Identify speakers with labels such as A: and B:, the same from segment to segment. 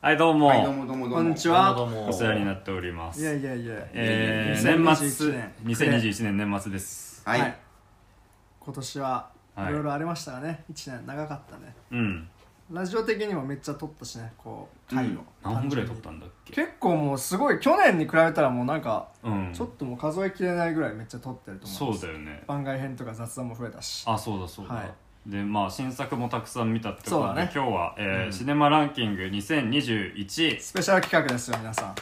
A: はいどうも,、
B: はいどうもどうもどうも
C: こんにちは
D: どうもどうも
A: お世話になっております
C: いやいやいや
A: えー、
C: 2021
A: 年末
C: 年
A: 2021年年末です
B: はい、
C: はい今年は
A: はい
C: いろいろありましたがね1年長かったね
A: うん
C: ラジオ的にもめっちゃ撮ったしねこう回を、
B: うん
A: 何本ぐらい撮ったんだっけ
C: 結構もうすごい去年に比べたらもうなんか
A: うん
C: ちょっともう数えきれないぐらいめっちゃ撮ってると思う
A: そうだよね
C: 番外編とか雑談も増えたし
A: あそうだそうだ、
C: はい
A: でまあ新作もたくさん見たってこと
C: そう
A: で、
C: だね
A: 今日は、えーシネマランキング2021
C: スペシャル企画ですよ皆さん
A: やっ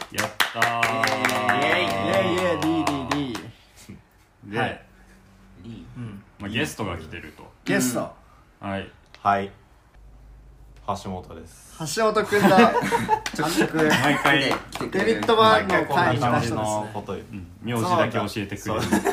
A: たー
C: イエイイエイ DDD
A: で、
C: はい
B: いい
A: まあ、ゲストが来てると
C: ゲスト
A: はい
D: はい橋本です
C: 橋本くんだ
A: 毎 回、
B: で
A: うん
B: 来てく
C: デ
B: れ
C: ビ
B: る
C: ットバーン
D: 毎
C: の
D: 回こんな
C: 会に出
D: 感
C: し
D: じ
C: た人です
D: の
C: ね
D: こと言う
A: 名字だけ教えてくれる
D: み
C: そう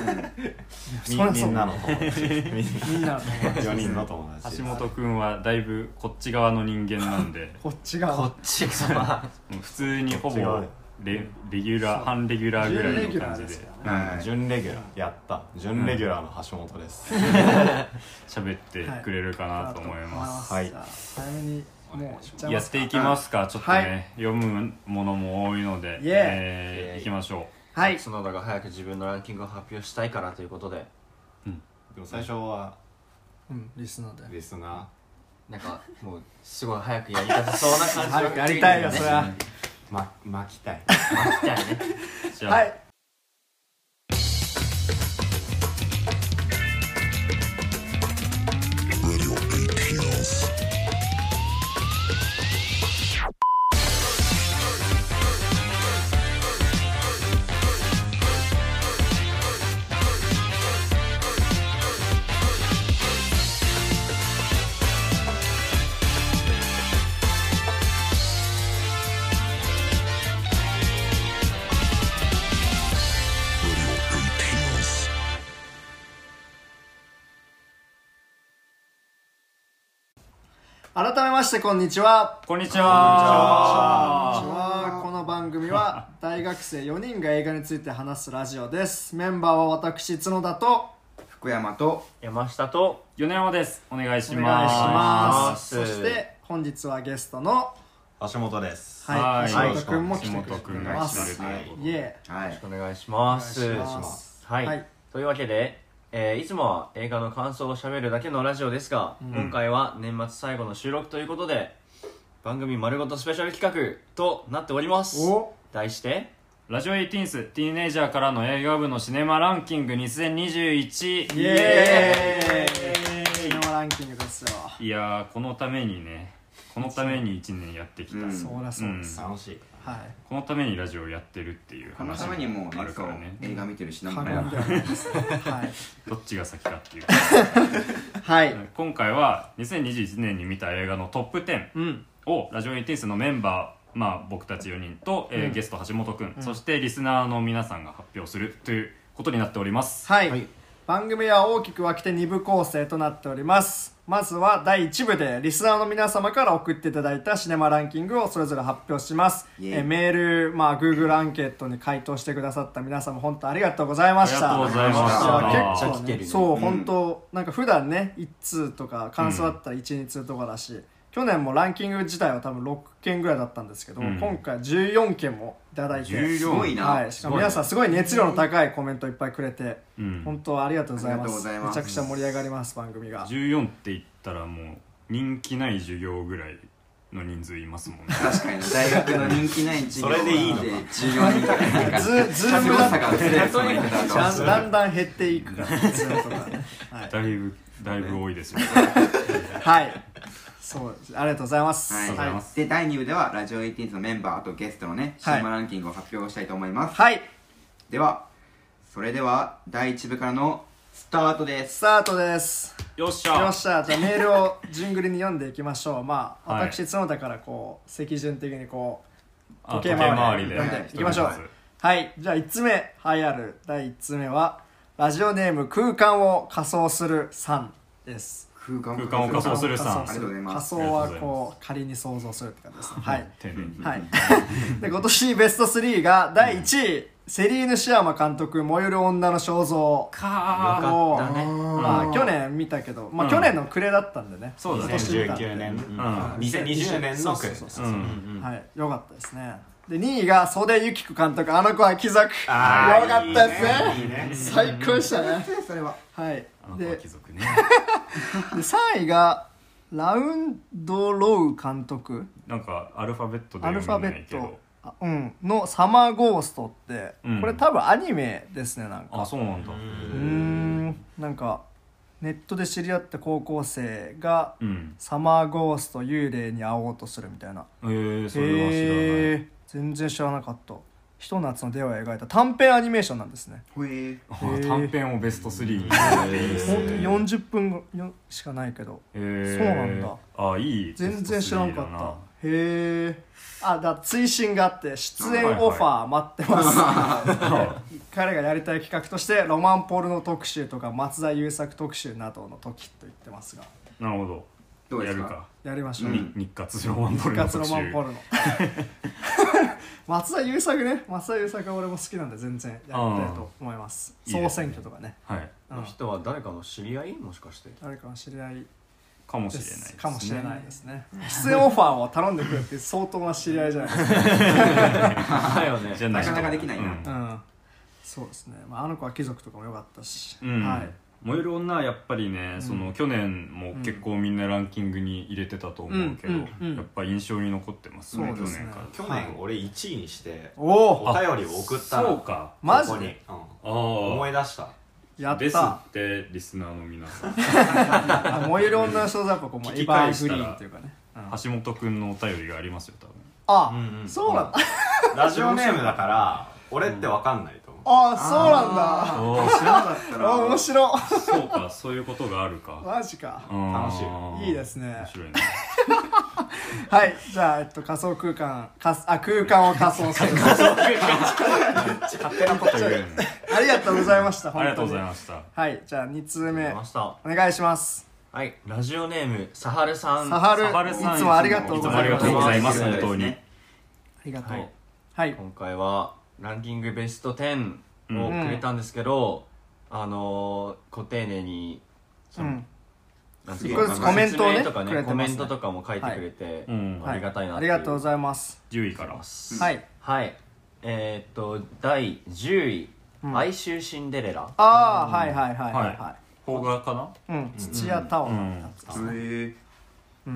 C: そう
D: みんなの友達みん
C: みんなの友達
D: な4人の友達です
A: 橋本くんはだいぶこっち側の人間なんで
C: こっち側
D: ち様
A: もう普通にほぼ
D: こっち側で
A: レレギュラー半レギュラーぐらいの感じ
C: 準レギュラーで
A: です
C: からね
B: はい
D: 準レギュラーやった準レギュラーの橋本です
A: 喋ってくれるかなと思います、
D: はい
C: じゃあ早めにもう行っちゃい
A: やっ
C: ますか
A: ていきますかちょっとね、
C: はい
A: 読むものも多いので、
C: イエーイ
A: えーいきましょ
C: はい
E: 角田が早く自分のランキングを発表したいからということで
D: でも最初は
C: うんリスナーで
D: リスナ
E: なんかもうすごい早くやりたそうな感じ
C: 早くやりたいよそれは
D: ーま巻きたい
E: みたいね
A: うじゃあ、
C: はい改めましてこんにちは
A: こんにちは
C: こんにちはこの番組は大学生4人が映画について話すラジオですメンバーは私角田と
B: 福山と
E: 山下と
A: 米山ですお願いし
C: お願いしま
A: ます
E: お願
C: そ
E: いします
C: して本日はゲストの
D: 橋本です
C: はい
A: はい
C: 橋本くんも来てくれて
A: 橋本くんが
C: ま
A: 来て
C: す
A: くれてる
C: イエ
B: は
E: よ
B: い
E: ろしくお願いし
C: ー
E: ま
C: イ
E: す
C: お願いし
D: し
C: ま
D: ます
E: はい、
C: はい
E: というわけで、えーいつもは映画の感想をしゃべるだけのラジオですが、今回は年末最後の収録ということで番組丸ごとスペシャル企画となっております
C: お
E: 題して
A: ラジオエイティーンスティーンエイジャーからの映画部のシネマランキング2021
C: イエーイシネマランキングですよ
A: いやーこのためにねこのために1年やってきた、
B: うん
C: そうだそうです
D: 楽しい
C: はい
A: このためにラジオをやってるっていう
B: この
A: 話
B: ためにもう
A: あ
B: ね
A: る
B: そ
A: か
B: う
A: らね
B: 映画見てるしな
C: 過
B: ん
C: 言
B: か
C: で
B: ね
C: はないですねはい
A: どっちが先かっていう
C: はい
A: 今回は2021年に見た映画のトップ10
C: うん
A: をラジオエイティーンスのメンバーまあ僕たち4人と、えー
C: うん
A: ゲスト橋本くん、そしてリスナーの皆さんが発表するということになっております
C: はい、
E: はい
C: 番組は大きく分けて2部構成となっておりますまずは第1部でリスナーの皆様から送っていただいたシネマランキングをそれぞれ発表します
B: イエイ
C: えーメール、まあ、Google アンケートに回答してくださった皆様本当ありがとうございました
A: ありがとうござ
B: いまし
C: 結
B: た
C: 構
E: めっちゃ来て
C: ね
E: るね
C: そう、
B: うん
C: 本当なんか普段ね1通とか感想あったら1、2通とかだし去年もランキング自体は多分6件ぐらいだったんですけど、
A: うん
C: 今回14件もいただいて
A: 14
B: すごいな
C: はい、しかも皆さんすごい熱量の高いコメントいっぱいくれて、
A: うん
C: 本当ありがとうござい
B: あ
C: ま
B: りが
C: す
B: とうございます
C: めちゃくちゃ盛り上がります番組が
A: 14って言ったらもう人気ない授業ぐらいの人数いますもんね
B: 確かに大学の人気ない授業
D: それでいいのか
B: 授業に行かないから
C: ズズー
B: 恥
C: ム
B: ずかし
C: だ
B: さが薄れるつもりだっ
C: だ
B: た
C: んだんだん減ってい くからズームとかねはい、
A: だいぶだいぶ多い ですよね
C: はい、そうありがとうございます
B: はい、
C: はい、
B: で第2部ではラジオ18のメンバーとゲストのねシ
C: はい
B: ネマランキングを発表したいと思います、
C: はい
B: ではそれでは第1部からのスタートです
C: スタートです
A: よっし
C: よ
A: ゃ
C: っしゃじゃあメールを順繰りに読んでいきましょうまあ
A: はい
C: 私角田からこう席順的にこう
A: あ
C: 時計
B: 回り
A: 時計
B: なん
A: で
B: で
A: 一人ずつ
C: 行きましょうはいじゃあ1つ目栄えある第1つ目はラジオネーム空間を仮想するさんです
B: 空間
A: 空間を仮想するさん
C: 空間を仮想する
B: ありがとうございます
C: 仮想は
A: ありがとうございま
C: こう仮に想像するって感じですねはい
A: 丁寧に
C: はいで今年ベスト3が第1位セリーヌ・シアマ監督「燃ゆる女の肖像」
E: かー
C: も
E: よ
C: う
E: かったね
C: まあ、去年見たけど、まあ、
A: うん
C: 去年の暮れだったんでね、
A: そうだね
D: 2019年、うん
A: ん
D: 2020年の
C: そう
D: 句
C: そうそう
A: うんうん
C: はい、よかったですねで2位が袖ゆき子監督あの子は貴族よ
D: あー
C: かったです
D: いい
C: ね
D: ね
C: 最高でしたね
B: それは
C: はい
A: あの子
C: で
A: は
C: で
A: 貴族ね
C: 3位がラウンド・ロウ監督
A: なんかアルファベットで
C: アルフ
A: 読
C: ァ
A: んで
C: ベ
A: ない
C: ッ
A: け
C: ト
A: ど
C: あうんの「サマーゴースト」って、
A: うん
C: これ多分アニメですねなんか
A: あそうなんだ
C: うーんなんかネットで知り合った高校生が
A: うん
C: サマーゴースト幽霊に会おうとするみたいな
A: えー、それは知らない
C: へー全然知らなかったひと夏の出会いを描いた短編アニメーションなんですね
B: ほえ
A: あ
C: へー
A: 短編をベスト3に入れていいっす
C: 本
A: ね
C: 当に40分よしかないけど
A: えー
C: そうなんだ
A: あいい
C: 全然知らんか
A: ベスト3だな
C: ったへえあだ追伸があって出演オファー待って ます、彼がやりたい企画としてロマンポルノ特集とか松田優作特集などの時と言ってますが
A: なるほ
B: ど
A: ど
B: うで
A: や
B: す
A: る
B: か
A: か
C: やりましょう、
B: う
A: に
B: ん
A: 日活ロマンポル
C: 復
A: の特
C: 活ロ
A: 集
C: マンポルノ松田優作ね松田優作は俺も好きなんで全然やりたいと思います
A: うんいいで
C: 総
A: すね
C: 選挙とかね
A: はい
E: あの人は誰かの知り合いもしか して
C: 誰かの知り合い
A: かもし
C: で
A: れないです
C: す
A: ね
C: かもしれないですね出演オファーを頼んでくるって相当な知り合いじゃないですか
E: だよ ね
A: じゃないと
B: なかなかできないな
A: うん
C: うんそうですね、まあ、あの子は貴族とかも良かったし、
A: うん
C: はい
A: 燃える女はやっぱりね、その去年も結構みんなランキングに入れてたと思うけど、
C: うんうんうん
A: やっぱ印象に残ってますね
C: そうですね
A: 去年から
D: 去年俺1位にして
C: おお
D: お便りを送ったの
A: そうか
C: マジ
D: ここに、うん
A: ああ
D: 思い出した
C: やっ
A: です
C: た
A: ってリスナーの皆さ ん
C: あ燃える女の肖像はやっぱこうもう
A: 聞
C: エ
A: き
C: バ
A: 返
C: ー
A: し
C: グ
A: た
C: リ
A: ら
C: ーンっていうかね、うんあ
A: 橋本くんのお便りがありますよ多分
D: うんうん
C: そうなんだ
D: ラジオネームだから俺ってわかんないと思う、
C: あそうなんだ
A: お
B: 知らなかったな
C: あ面白い
A: そうかそういうことがあるか
C: マジか
D: 楽
A: あ
D: しい
A: ー
C: いいですね
A: 面 白いね
C: はいじゃあ、えっと、仮想空間仮あ空間を仮 想する
A: 勝手なこと言うね
C: ありがとうございました
A: ありがとうござい
C: ま
A: ました
C: すはいじゃあ2通
E: 出
C: 目
E: ました
C: お願いします
E: はいラジオネームサハルさん
C: サハル
A: サハルさん
C: いつもありがとう
A: いつ
C: ご
A: もあ
C: ざ
A: り
C: い
A: が
C: ます
A: とうございます
B: あ
A: 本
B: りがとう
A: 当
B: ご
A: に
B: ざいます
C: ありがとう
E: はい
C: はい
E: 今回はランキングベスト10をくれたんですけど、あのー、ご丁寧にそ
C: うん
E: の、なんてい
B: 一個
E: う
B: ずつ
E: か
B: コ
C: メントをね
E: 説明とか
C: くれて
E: コ
C: ま
E: メ
C: すね
E: ントとかも書いてくれて、
A: うん
E: ありがたいな
C: あ
E: って
C: り
E: いう
C: がとうございます
A: 10位から
C: はい
E: はいえー、っと第10位、
C: うん
E: 哀愁シンデレラ
C: ああはいはいはいはいは
A: はい邦画かな
C: うん、土屋太鳳のやつですね。
B: へ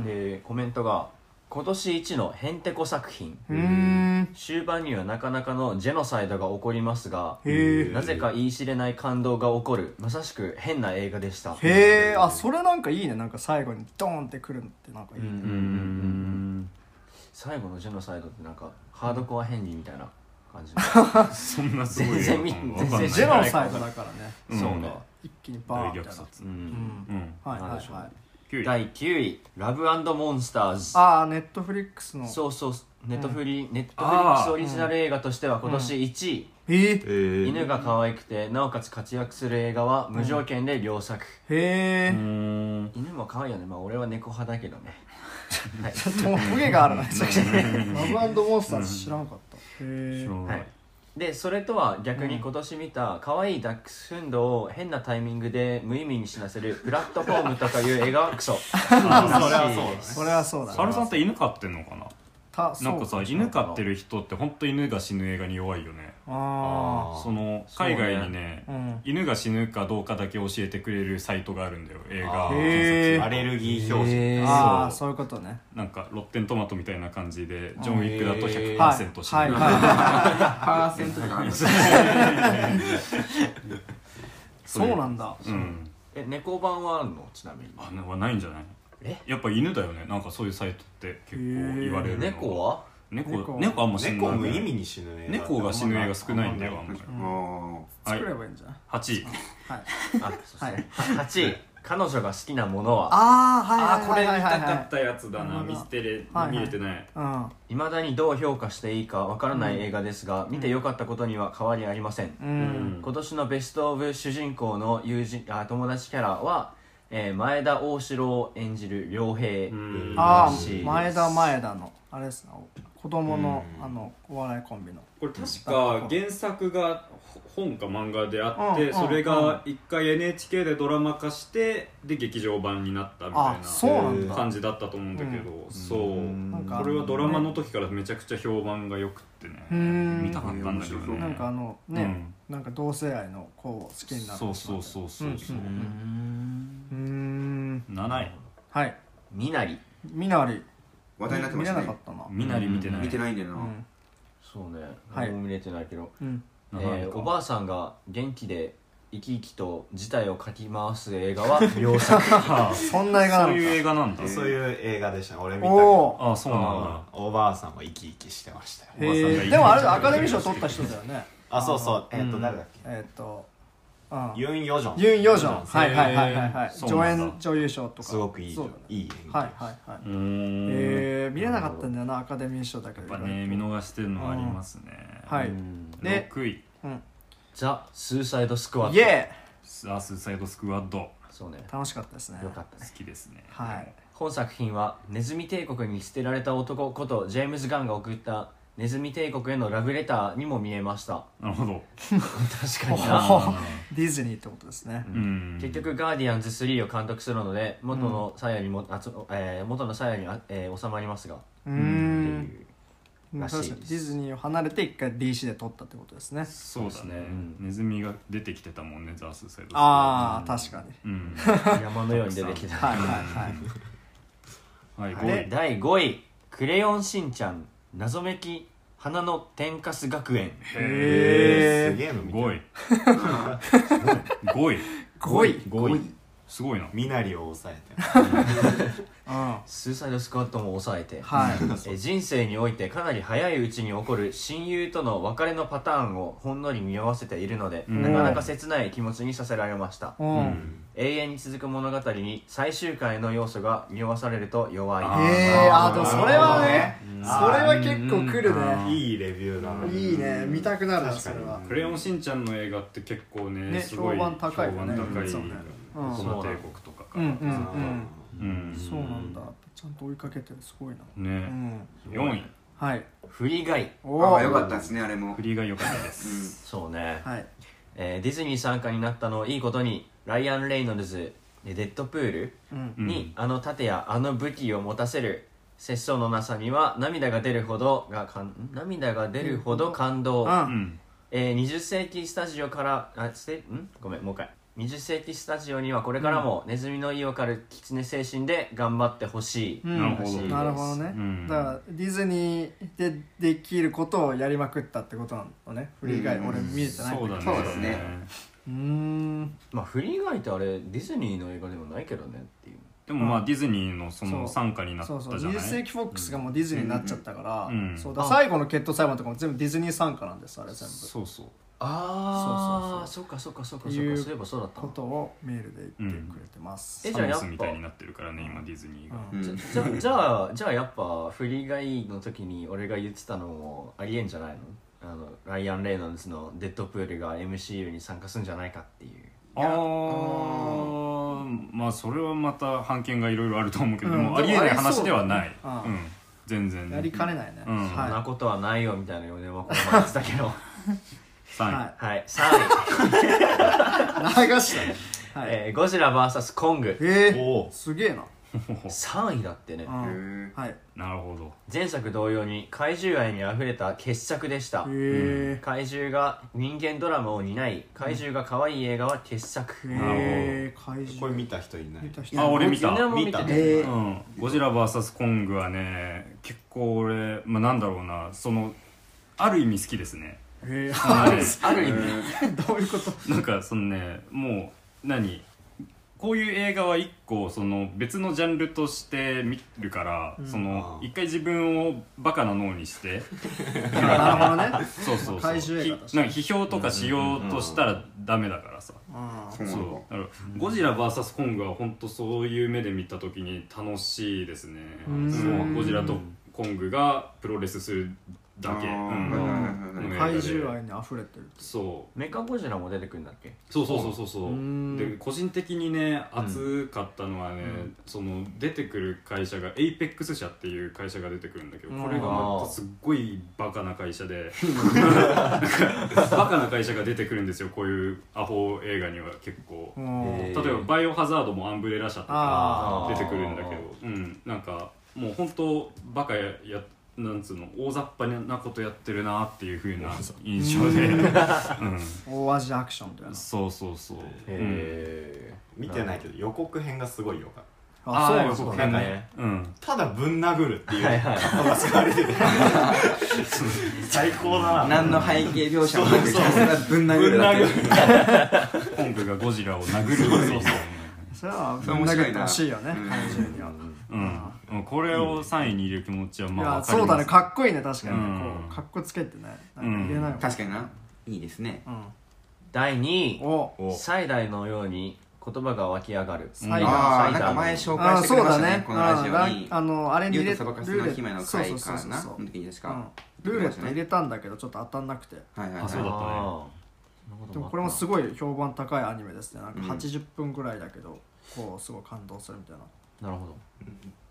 B: え
E: でコメントが「今年一のへんてこ作品」
C: うーん。
E: 終盤にはなかなかのジェノサイドが起こりますが
C: へえ。
E: なぜか言い知れない感動が起こるまさしく変な映画でした
C: へえ、あ、それなんかいいね。なんか最後にドーンってくるのってなんかいい。
E: うんうんうん
A: う
E: うん
A: ん
E: 最後のジェノサイドってなんかハードコア変理みたいな感 じ
A: そんなすごい
E: 全然見
A: わかんない
E: 全然
C: ジェノサイドだからね。
A: うん
E: そうね
C: 一気にバーン
A: 大
C: みたいな
A: 虐。殺
E: う
C: うんん。
A: うん
C: はいはい
E: なんでしょう
C: はい
E: ね。
A: 9位
E: 第9位「ラブモンスターズ」
C: ああ、ネットフリックスの。
E: そうそうネットフリ、ネットフリックスオリジナル映画としては今年1位、
C: へえ。
E: 犬が可愛くてなおかつ活躍する映画は無条件で良作、
A: う
C: へえ。
A: ーん
E: 犬も可愛いよねまあ俺は猫派だけどねはい、
C: ちょっともうトゲがあるな。ラブモンスターズ知らんかった。へ
A: し
C: え。
A: ょうがな
E: は
A: い
E: い、でそれとは逆に今年見た可愛いダックスフンドを変なタイミングで無意味に死なせるプラットフォームとかいう映画はクソ
D: あそれはそうだね
C: それはそうだ
A: サ
C: ね。
A: ルさんって犬飼ってんのかな
C: た、そ
A: なん
C: う
A: か。さ犬飼ってる人って本当犬が死ぬ映画に弱いよね
C: あ
D: あー
A: その海外にね
C: あ。うん。
A: 犬が死ぬかどうかだけ教えてくれるサイトがあるんだよ映画
D: あー
A: 検
C: へー
A: 索
D: アレルギー表示
E: へー
C: ああ、そういうことね。
A: なんかロッテントマトみたいな感じでジョン・ウィックだと100%死ぬ、
C: はい。はいはい。
B: パーセントとかあるの
C: そうなんだ。
A: うん
E: え猫版はあるのちなみに
A: あはないんじゃない
E: え
A: やっぱ犬だよねなんかそういうサイトって結構言われるのが
E: 猫は
A: 猫
C: 猫
A: 猫あんま死ぬ
D: 猫無意味に死ぬ映画
A: 猫が死ぬ映画少ないんだよあんまり
B: あ
A: はい
C: 作ればいいんじゃない
A: 8位
C: はい。
E: あそうですね、8位彼女が好きなものは
C: ああ、
A: あ
C: は
A: ー
C: い
A: こ
C: は
A: れ
C: いは
A: 見
C: いは
A: た
C: いは
A: か
C: い
A: っ。たやつだ
C: は
A: ない
C: はい
A: 見てれ
C: はいはい
A: 見れてない
C: うん
E: いまだにどう評価していいかわからない映画ですが、見てよかったことには変わりありません、
C: うん
E: 今年のベスト・オブ主人公の友人あ友達キャラはえー前田大志郎を演じる良平
A: うん
C: あ
E: らしいです
C: あ前田前田のあれですな子供のあのお笑いコンビの
A: これ確か原作がほ本か漫画であって、
C: う
A: そ
C: ん
A: れが一回 NHK でドラマ化してで劇場版になったみ
C: あ
A: た
C: そう
A: い
C: な
A: な
C: んだ
A: 感じだったと思うんだけど、そう、
C: なんか
A: これはドラマの時からめちゃくちゃ評判が良くってね、
C: うん
A: 見たかったんだけどね
C: なんかあのねなんか同性愛の子を好きになってし
A: そ
C: まっ
A: う
C: て
A: そうそうそうそう、
C: う
E: う
C: ん
E: ーん
C: うーん
A: 7位
C: はい
E: みなり
C: みなり
B: 話題になってま
C: 見
B: し
C: れ
B: た
C: なかっ
B: ね
C: たな
A: みなり見てない、
B: 見てないんだよ
C: う
B: な、
C: ん
E: そうね
C: はい
E: 何も見れてないけど、
C: うん
E: え
A: 七位
E: ー
A: か
E: おばあさんが元気で生き生きと事態をかき回す映画は 良作
C: そんな映画
A: そう
C: なの
A: いう
C: か
A: 映画なんだ、
D: そういう映画でしたね俺見たけ
C: お
D: ど
C: お
A: ああそうなんだ
D: おばあさんは生き生きしてました
A: お
C: へ
D: よ
A: ばあさんがい
C: え
A: い
C: でもあれアカデミー賞取った人だよね
D: あそうそうえっ、
A: う
D: と
A: ん
D: 誰だっけ
C: えーっとうん
D: ユン・ヨジョン
C: ユン・ヨジョン
D: ン
C: はいはいはいはいは
A: へ
C: い
A: ーそう
C: 助
A: なんだ
C: 演女優賞とか
D: すごくいい、
C: そうだね
D: いい演技、
C: はいはいはい、
A: うーん
C: えー、見れなかったんだよなアカデミー賞だけ
A: やっ
C: ど
A: ぱね見逃してるのはありますね、
C: は
E: う
C: い
E: ん
C: で
A: 6位
E: ザ・スーサイド・スクワット
C: イエ
A: スアースサイドスクワッド
E: そうね
C: ー楽しかったですね
E: よかった
A: 好
E: ね
A: きですね
C: はい
E: 本作品はネズミ帝国に捨てられた男ことジェームズ・ガンが送ったネズミ帝国へのラブレターにも見えました
A: なるほど
E: 確かに
C: ほ
E: な
C: ほ ディズニーってことですね、
A: うん
E: 結局「ガーディアンズ3」を監督するので元のサヤにも、あつえー元のサヤにあ、えー収まりますがっ
C: うー
E: て
C: ん
E: いう
C: まあ
E: らしいです
C: 確かにディズニーを離れて一回 DC で撮ったってことですね
A: そうだ
E: そうですね
A: ね、
E: うん
A: ネズミが出てきてたもんねザースサイドスクワッ
C: ああ確かに
A: ドうん
E: 山のように出てきた
C: はいはいはい
A: はい
C: は
A: 5
C: い
A: 位
E: で第5位「クレヨンしんちゃん謎めき花の天かす学園
D: えー、
C: へ
D: すげえの見て
A: 5
D: る
A: 位5位
C: 5位
A: 5位すごいな
D: 身なりを抑えて
C: うんは」
E: スーサイドスクワットも抑えて、
C: い
E: えー人生においてかなり早いうちに起こる親友との別れのパターンをほんのり見合わせているので、
A: うん
E: なかなか切ない気持ちにさせられました
C: う
A: うんん
E: 永遠に続く物語に最終回の要素が見合わされると弱い
A: あ
C: へえあーでもそれはね
D: うん
C: それは結構くる
A: うん
C: ね
D: いいレビューだない
C: いね見たくなるな
D: 確か
C: そ
D: に
C: れは
A: クレヨンしんちゃんの映画って結構ね
C: ね
A: すごい
C: 評判高いよね
A: 評判高い
C: そうねうん
A: この帝国とかか
C: うん
A: ら
C: うんうん
A: うん
C: そうなんだちゃんと追いかけてるすごいなう
A: ね
C: ん
A: 4位
C: はい
E: フリガイ
C: お
B: あ
C: お
B: あよかったですねあれも
A: 振りが良かったで
B: う
A: す
B: ん
E: そうね、
C: はい
E: えーディズニー参加になったのをいいことにライアン・レイノルズえーデッドプール
C: うん
E: に、あの盾やあの武器を持たせる節操のなさには涙が出るほどがかん涙が出るほど感動、
C: うん
A: うん
E: えー20世紀スタジオからあステんごめんもう一回20世紀スタジオにはこれからもネズミの意を狩る狐精神で頑張ってほしい、
C: うん
A: なるほど
C: なるほどね、
A: うん
C: だからディズニーでできることをやりまくったってことなのねフリー以外、
B: うん
C: 俺見えてない
A: そうだね
B: そうですね
C: うーん
E: まあフリー以外ってあれディズニーの映画でもないけどねっていう
A: でもまあディズニーのそ
C: そう
A: の傘下になっ
C: そうそう
A: たじゃない
C: 20世紀フォックスがもうディズニーになっちゃったから、
A: うんうん
C: そうだ
E: あ
C: 最後の決闘裁判とかも全部ディズニー傘下なんですあれ全部
A: そうそう
E: ああそうかそうかそうかそう
C: い
E: か
C: う
E: そういえばそうだった
C: ことをメールで言ってくれてます、
E: うんえ
A: サ
E: じゃあ
A: モ
E: やっぱ
A: スみたいになってるからね今ディズニーが
B: うん
E: じゃ じゃあじゃあやっぱフリーガイの時に俺が言ってたのもありえんじゃないのあのライアン・レイノルズのデッドプールが MCU に参加するんじゃないかっていう
A: あーまあそれはまた判件がいろいろあると思うけど、
C: うん
A: もうありえない話ではない
C: でもあり
A: う、
C: そうん
A: 全然
C: やりかねないね、
A: うん
E: そんな
C: は
E: ことはないよみたいな嫁はこの前言ってたけ ど
C: い、
A: 3位、
C: は
E: はい3
C: い、流したね
E: 位、
C: はい、
E: えーゴジラ VS コング
C: えー、
D: おお
C: すげえな、
E: 3位だってね
C: うん
B: へ
C: はいへ
A: なるほど
E: 前作同様に怪獣愛にあふれた傑作でした
C: え
E: 怪獣が人間ドラマを担い怪獣が可愛い映画は傑作、
C: へ
A: な
C: え
A: る
C: 怪獣
D: これ見た人いない
C: 見た人
A: あ俺見た
E: みんなも見てて
D: 見た
C: えー
A: うん、ゴジラ VS コングはね結構俺、まあ、なんだろうなそのある意味好きですね
C: へ
A: あのね
E: ある意味
C: え どういうこと
A: なんかそのねもう何こういう映画は一個その別のジャンルとして見るから、
C: ん
A: そ
D: あ
A: の
D: ー
A: 一回自分をバカな脳にして
C: なるほどね
A: そうそうそう
C: 怪獣映
A: ひなん
C: 画と
A: か
C: して
A: 批評とかしようとしたらダメだからさ、
C: あ
B: そうな
A: そうん
B: だ
A: だからゴジラ VS コングは本当そういう目で見た時に楽しいですね
C: うん
A: そうゴジラとコングがプロレスするだけ、
B: あー
A: うん
B: はいは
A: うん
C: 怪
B: いはいはい中に
C: 獣愛に溢れてる
A: そう
E: メカゴジラも出てくるんだっけ
A: そうそうそうそうそううんで個人的にね熱かったのはね、その出てくる会社がエイペックス社っていう会社が出てくるんだけどこれがまたすっごいバカな会社でなんかバカな会社が出てくるんですよこういうアホ映画には結構。
C: うん
E: え
A: 例えば「バイオハザード」もアンブレラ社とか
E: あー
A: 出てくるんだけど、うん、なんかもう本当バカややなんつうの大雑把なことやってるなっていう風な印象で、う、
C: 大味アクションみたいなん
A: そうそうそう、うん、
E: へ
D: 見てないけど予告編がすごい良かっ
A: あー
C: あそ
A: 予
C: うなん
A: 告
C: だ
A: 編
E: ね
A: ねうん
D: たただぶん殴るってい
E: えはいうはい
D: のが使われてて最高だ な
B: 何の背景描写もなくひたすらぶん殴るだけ
D: ぶん
A: 本部がゴジラを殴るそうそう
C: それは
B: それ面白いな
C: 投げてほしいよね
B: うん
C: 怪獣には
A: うん、これを3位に入れる気持ちはいまあ
C: や
A: わかり
C: そう
A: ま
C: だ
A: す
C: ねかっこいいね確かに
A: う
C: ね
A: ん
C: こうかっこつけてねなんか言えないもん
B: 確かにないいですね
C: うん
E: 第2位
C: お
E: サイダイのように言葉が湧き上がる
C: サイダイ
B: ああ
E: サイダ
B: なんか前
E: の
B: 紹
C: あ
B: 介
C: あ
B: してく
C: そ
B: れ
C: う
B: まし
C: だ
B: たね
C: ね
B: このラジオ
C: あ
B: に
C: あのあれに
B: 竜
C: 入れ
B: と砂漠の姫の
C: そうそ
B: 会
C: うそ
B: か
C: う
B: な
C: そう
B: その時にですか
C: うんルーレット入れたんだけどちょっと当たんなくて
B: はいはい
A: あそうだ
B: は
A: ったね
E: あー
C: でもこれもすごい評判高いアニメですねなんか
B: うん
C: 80分ぐらいだけどこうすごい感動するみたいな
E: なるほど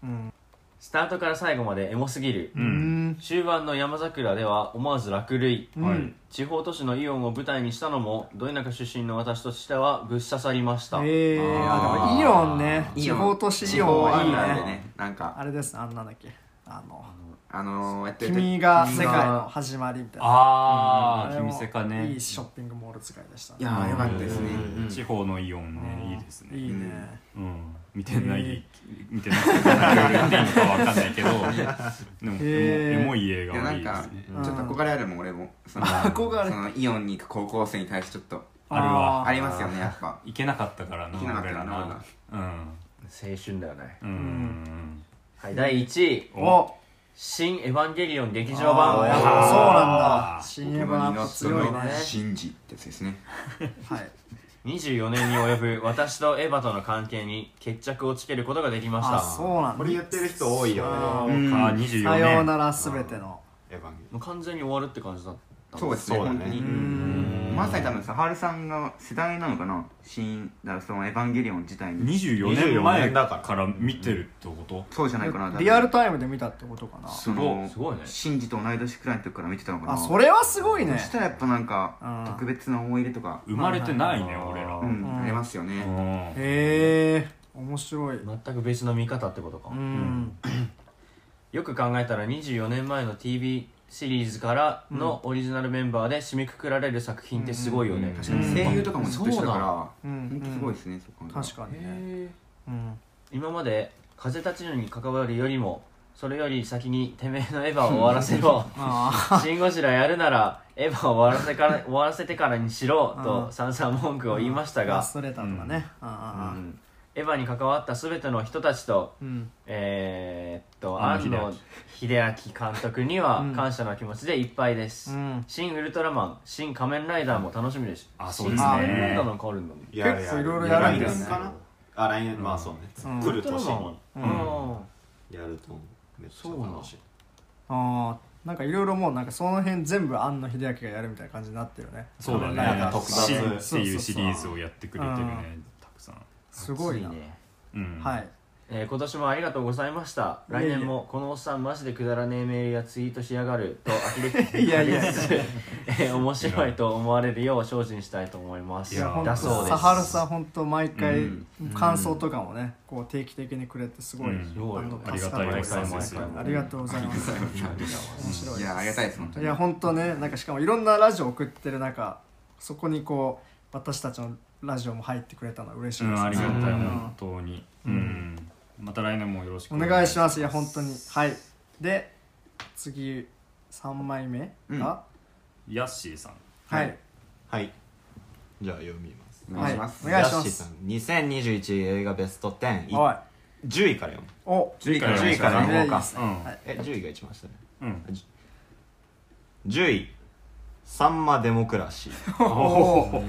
C: うん
E: スタートから最後までエモすぎる
A: う
C: うんん
E: 終盤の山桜では思わず落類
C: う
A: はい
C: ん
E: 地方都市のイオンを舞台にしたのもど田舎出身の私としてはぶっ刺さりました、
C: ええあで
B: あ
C: も
B: ー
C: イオンね
B: い
C: 地方都市イオン
B: は
C: はいいい
B: なんで
C: ね
B: ねなんか
C: あれですねあんなんだっけあの
B: あのーやってる時
C: 君が世界の始まりみたいな
A: あ
C: あ
A: あ
C: れも
A: 君せかね
C: いいショッピングモール使いでしたね
B: いやーよかったですね
E: うん
A: 地方のイオンねいいですね
C: いいね
A: うん、見てない、
C: へ
A: 見てないって言うのかわかんないけ どでも
C: へー
A: エモい映
B: い
A: 画
B: やな
A: はい
B: ん
A: いで
B: か
A: すね
C: うん
B: ちょっと憧れあるもん俺もその
C: 憧れ
B: そのイオンに行く高校生に対してちょっと
A: あるわ
B: ありますよねやっぱ
A: 行けなかったからな
B: 行けなかったからな
A: 俺らな
E: 青春だよね、
A: うんうん
E: はい、第1位
C: ーお
E: 「新エヴァンゲリオン劇場版」
C: あーやっ
A: あー
C: ぱそう
B: ポ
C: なんだ CM
B: ケモンに
C: は
B: なった
C: 強いね
B: のシンジってやつですね
C: はい
E: 24年に及ぶ私とエヴァとの関係に決着をつけることができまし
C: あ
E: た
C: そうなん
D: こ
C: だ
D: れ言ってる人多いよ
A: あ
D: ね
A: ー
B: うん
A: か24年
C: さようならすべての
D: エヴァンゲリ
E: もう完全に終わるって感じだった
B: そうですね
D: そうだね
B: 本当に
C: うん
B: まさに多分さハルさんが世代なのかな新だからそのエヴァンゲリオン自体に
A: 24年前
D: 24だから
A: から見てるってこと
B: そうじゃないかな多分
C: リアルタイムで見たってことかな
B: その
E: すごいね
B: シンジと同い年くらいの時から見てたのかな
C: あそれはすごい
B: そ
C: ね
B: したらやっぱなん
C: うん
B: か特別な思い入れとか
A: 生まれてないね
E: あー
A: 俺ら
E: う
B: うん
C: ん
B: ありますよね
A: うん
C: へえ面白い
E: 全く別の見方ってことか、
C: うん
E: よく考えたら24年前の TV シリーズからのオリジナルメンバーで締めくくられる作品ってすごいよね、
B: 確かに声優とかもずっと一緒だから
C: うんうん
B: 本当すごいですねそう考えたら
C: 確かにねうん
E: 今まで風立ちぬに関わるよりもそれより先にてめえのエヴァを終わらせろ
C: あ
E: シン・ゴジラやるならエヴァを終わらせ から終わらせてからにしろ
C: う
E: と
C: ん
E: さんさん文句
C: あ
E: を言いました
C: ラ
E: が
C: ス、トレターとかねあ
E: う
C: あ
E: んエヴァに関わった全ての人たちと
C: うん
E: えーっと
A: 庵
E: 安
A: 野
E: 野秀明監督には
C: うん
E: 感謝の気持ちでいっぱいです、
C: うん
E: 新ウルトラマン新仮面ライダーも楽しみです
A: あそうです
C: ね
E: 新仮面ライダーなんかあるんだね
D: オン
C: 結構いろいろやるんです
B: ね
D: かなあ来年まあそうね
C: うん
D: 来る年に
E: う
C: うんん
D: やると思うめっちゃ楽しい
C: ああなんかいろいろもうなんかその辺全部庵野秀明がやるみたいな感じになってるね
A: そうだね
C: なん
A: 「
C: か
D: 特撮
A: シン」っていうシリーズ
C: そうそうそう
A: をやってくれてるねたくさん
C: すごいな
E: 暑ね
A: うん
C: はい
E: えー今年もありがとうございました
C: いえい
E: 来
C: え
E: 年もこのおっさんマジでくだらねえメールやツイートしやがると呆れて
C: いやいやいや
E: えー面白いと思われるよう精進したいと思います
A: いや
C: 本
E: だ
C: 当
E: そうです
C: サハルさん本当毎回
B: うん
C: 感想とかもねこう定期的にくれてすごい、
A: うん
C: あ
E: そうよ
C: の
A: ありが
C: 助
A: た
C: か
A: い
C: り
A: お
C: ま
A: っ
C: す
A: さんですよ
E: 毎回毎回
C: ありがとうございます面白い
B: いやありがたいです本当
C: い
B: に
C: や本当ねなんかしかもいろんなラジオ送ってる中そこにこう私たちのラジオも入ってくれたのは嬉し
A: う
C: いです、
A: ん、ありがたい、
C: うん
A: 本当に。うん。また来年もよろしく。
C: お願いしますすいや本当にはいで次3枚目が、
B: うん
A: ヤッシーさん。
C: はい、
D: はいじゃあ読みます
B: お願いします
C: はいお願いし
D: ヤ
C: ま
D: ッシー
C: す
D: さん2021映画ベスト10い
C: おい
D: 10位から読む
C: お
A: 10位
B: から
A: 10
D: 10位から
C: ね
D: 読もう
C: いい
D: か
C: です
A: うん。
D: え10位が一番下ね
A: うん。
D: 10位サンマデモクラシー
C: おお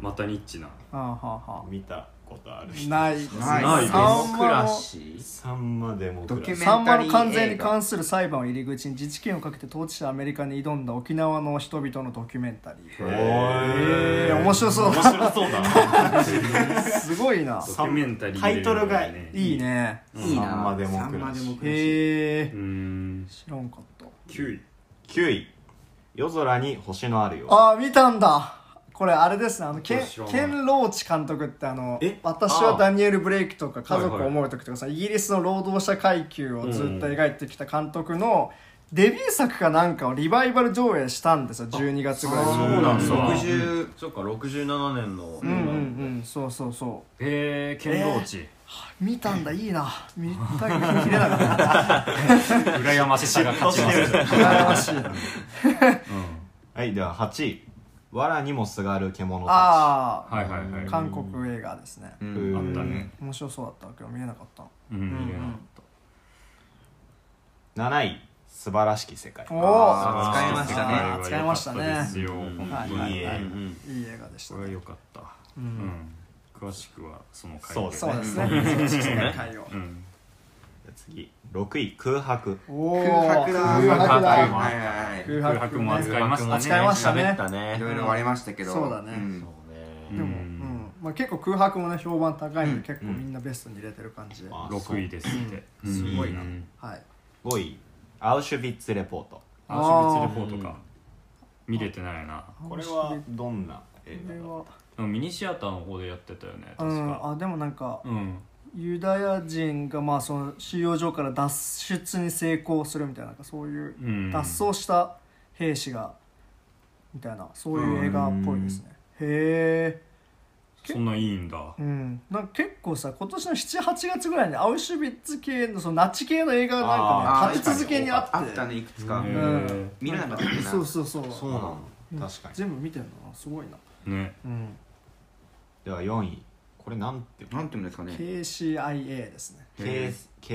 A: またニッチな。
C: あはあはあ
D: 見たことある人
C: ない
B: ない
A: ないです
C: さん
E: 僕
C: ま
E: ら
C: の
E: し
D: サンマデモク
B: ドキ
D: ラ
B: ュメ
D: ス
B: ン
C: サンマ
B: タリ
C: の
B: ー
C: 関税に関する裁判を入り口に自治権をかけて統治者アメリカに挑んだ沖縄の人々のドキュメンタリー
D: へ
C: えー面白そう
D: 面
C: だ
D: 白そうだ な
C: すごいな
A: ドキュメンタリー
D: タイトルが
C: いいね
B: いいな
D: サンマデモクラシー
B: サンマデモクラシー
C: へえ
A: うーん
C: 知らんかった
A: 9位
D: 9位夜空に星のあるよ
C: ああ見たんだこれあれですねあのケン
A: これ知らない
C: ケン・ローチ監督ってあの
A: え
C: 私
E: あ
C: は
E: ー
C: ダニエル・ブレイクとか家族
A: はい
C: を
A: はい
C: 思う時とかさ、イギリスの労働者階級をずっと描いてきた監督のデビュー作かなんかをリバイバル上映したんですよ12月ぐらいに
A: そうなんだ
B: 60
E: そっか67年の
C: うんうんうんそうそうそう
A: えー、剣道地、
C: 見たんだいいな見たけど見れなかった
A: 羨ましさが勝ちます
C: 羨ましいな
D: はいでは8位「わらにもすがる獣た
C: ああ
A: はいはいはい
C: 韓国映画ですね
B: うん
D: うん
A: あったね
C: 面白そうだったけど見れなかった
A: うん、
D: ち」7位「素晴らしき世界」
C: お
B: あ
C: お
B: ー使いましたね
A: あー
C: 使いました
A: 良
C: ね
A: かったですよ、本
C: はい
A: 当
C: はい
A: に、
C: はい
E: うん
C: いい映画でした
A: これは良かった、うん詳しくはその回
D: そうです
C: そうですね世界を
A: うん、
D: じゃあ次6位「空白
C: おー
B: 空白だ
C: 空白だ
B: はいはいは
C: 空
A: 空白も
C: ね
A: 扱いましたね
C: 扱いましたね
E: 喋ったね
B: いいろいろありましたけど
C: そうだね
B: ん
E: そう
A: う
E: ね
A: ん
C: でも、うんまあ、結構空白もね評判高いんで結構みんなベストに入れてる感じで、」
D: あ
A: 6位ですって、す
C: ごいな
A: うん、
C: はい
D: 5位「アウシュビッツ・レポート
A: アウシュビッツレポートか見れてないな」
D: これはどんな映
C: これ
D: 画だ
C: は
A: でもミニシアターの方でやってたよね
C: う
A: 確
C: ん
A: か
C: あでもなんか、
A: うん
C: ユダヤ人がまあその収容所から脱出に成功するみたいななんかそういう
A: うん
C: 脱走した兵士がみたいなそういう映画っぽいですねへえ
A: そんないいんだ
C: うんなんか結構さ今年の78月ぐらいにアウシュビッツ系のそのナチ系の映画がなんか
B: あー
C: ね立て続けにあって
B: あったねいくつか
A: ね
C: うん
B: 見れなかったな
C: そうそうそう
E: そうなの
D: うん
C: うん
D: 確かに
C: 全部見てるのすごいな
A: ね
C: うん
D: では4位これなんて
B: なんていうんですかね
C: KCIA ですね
D: K-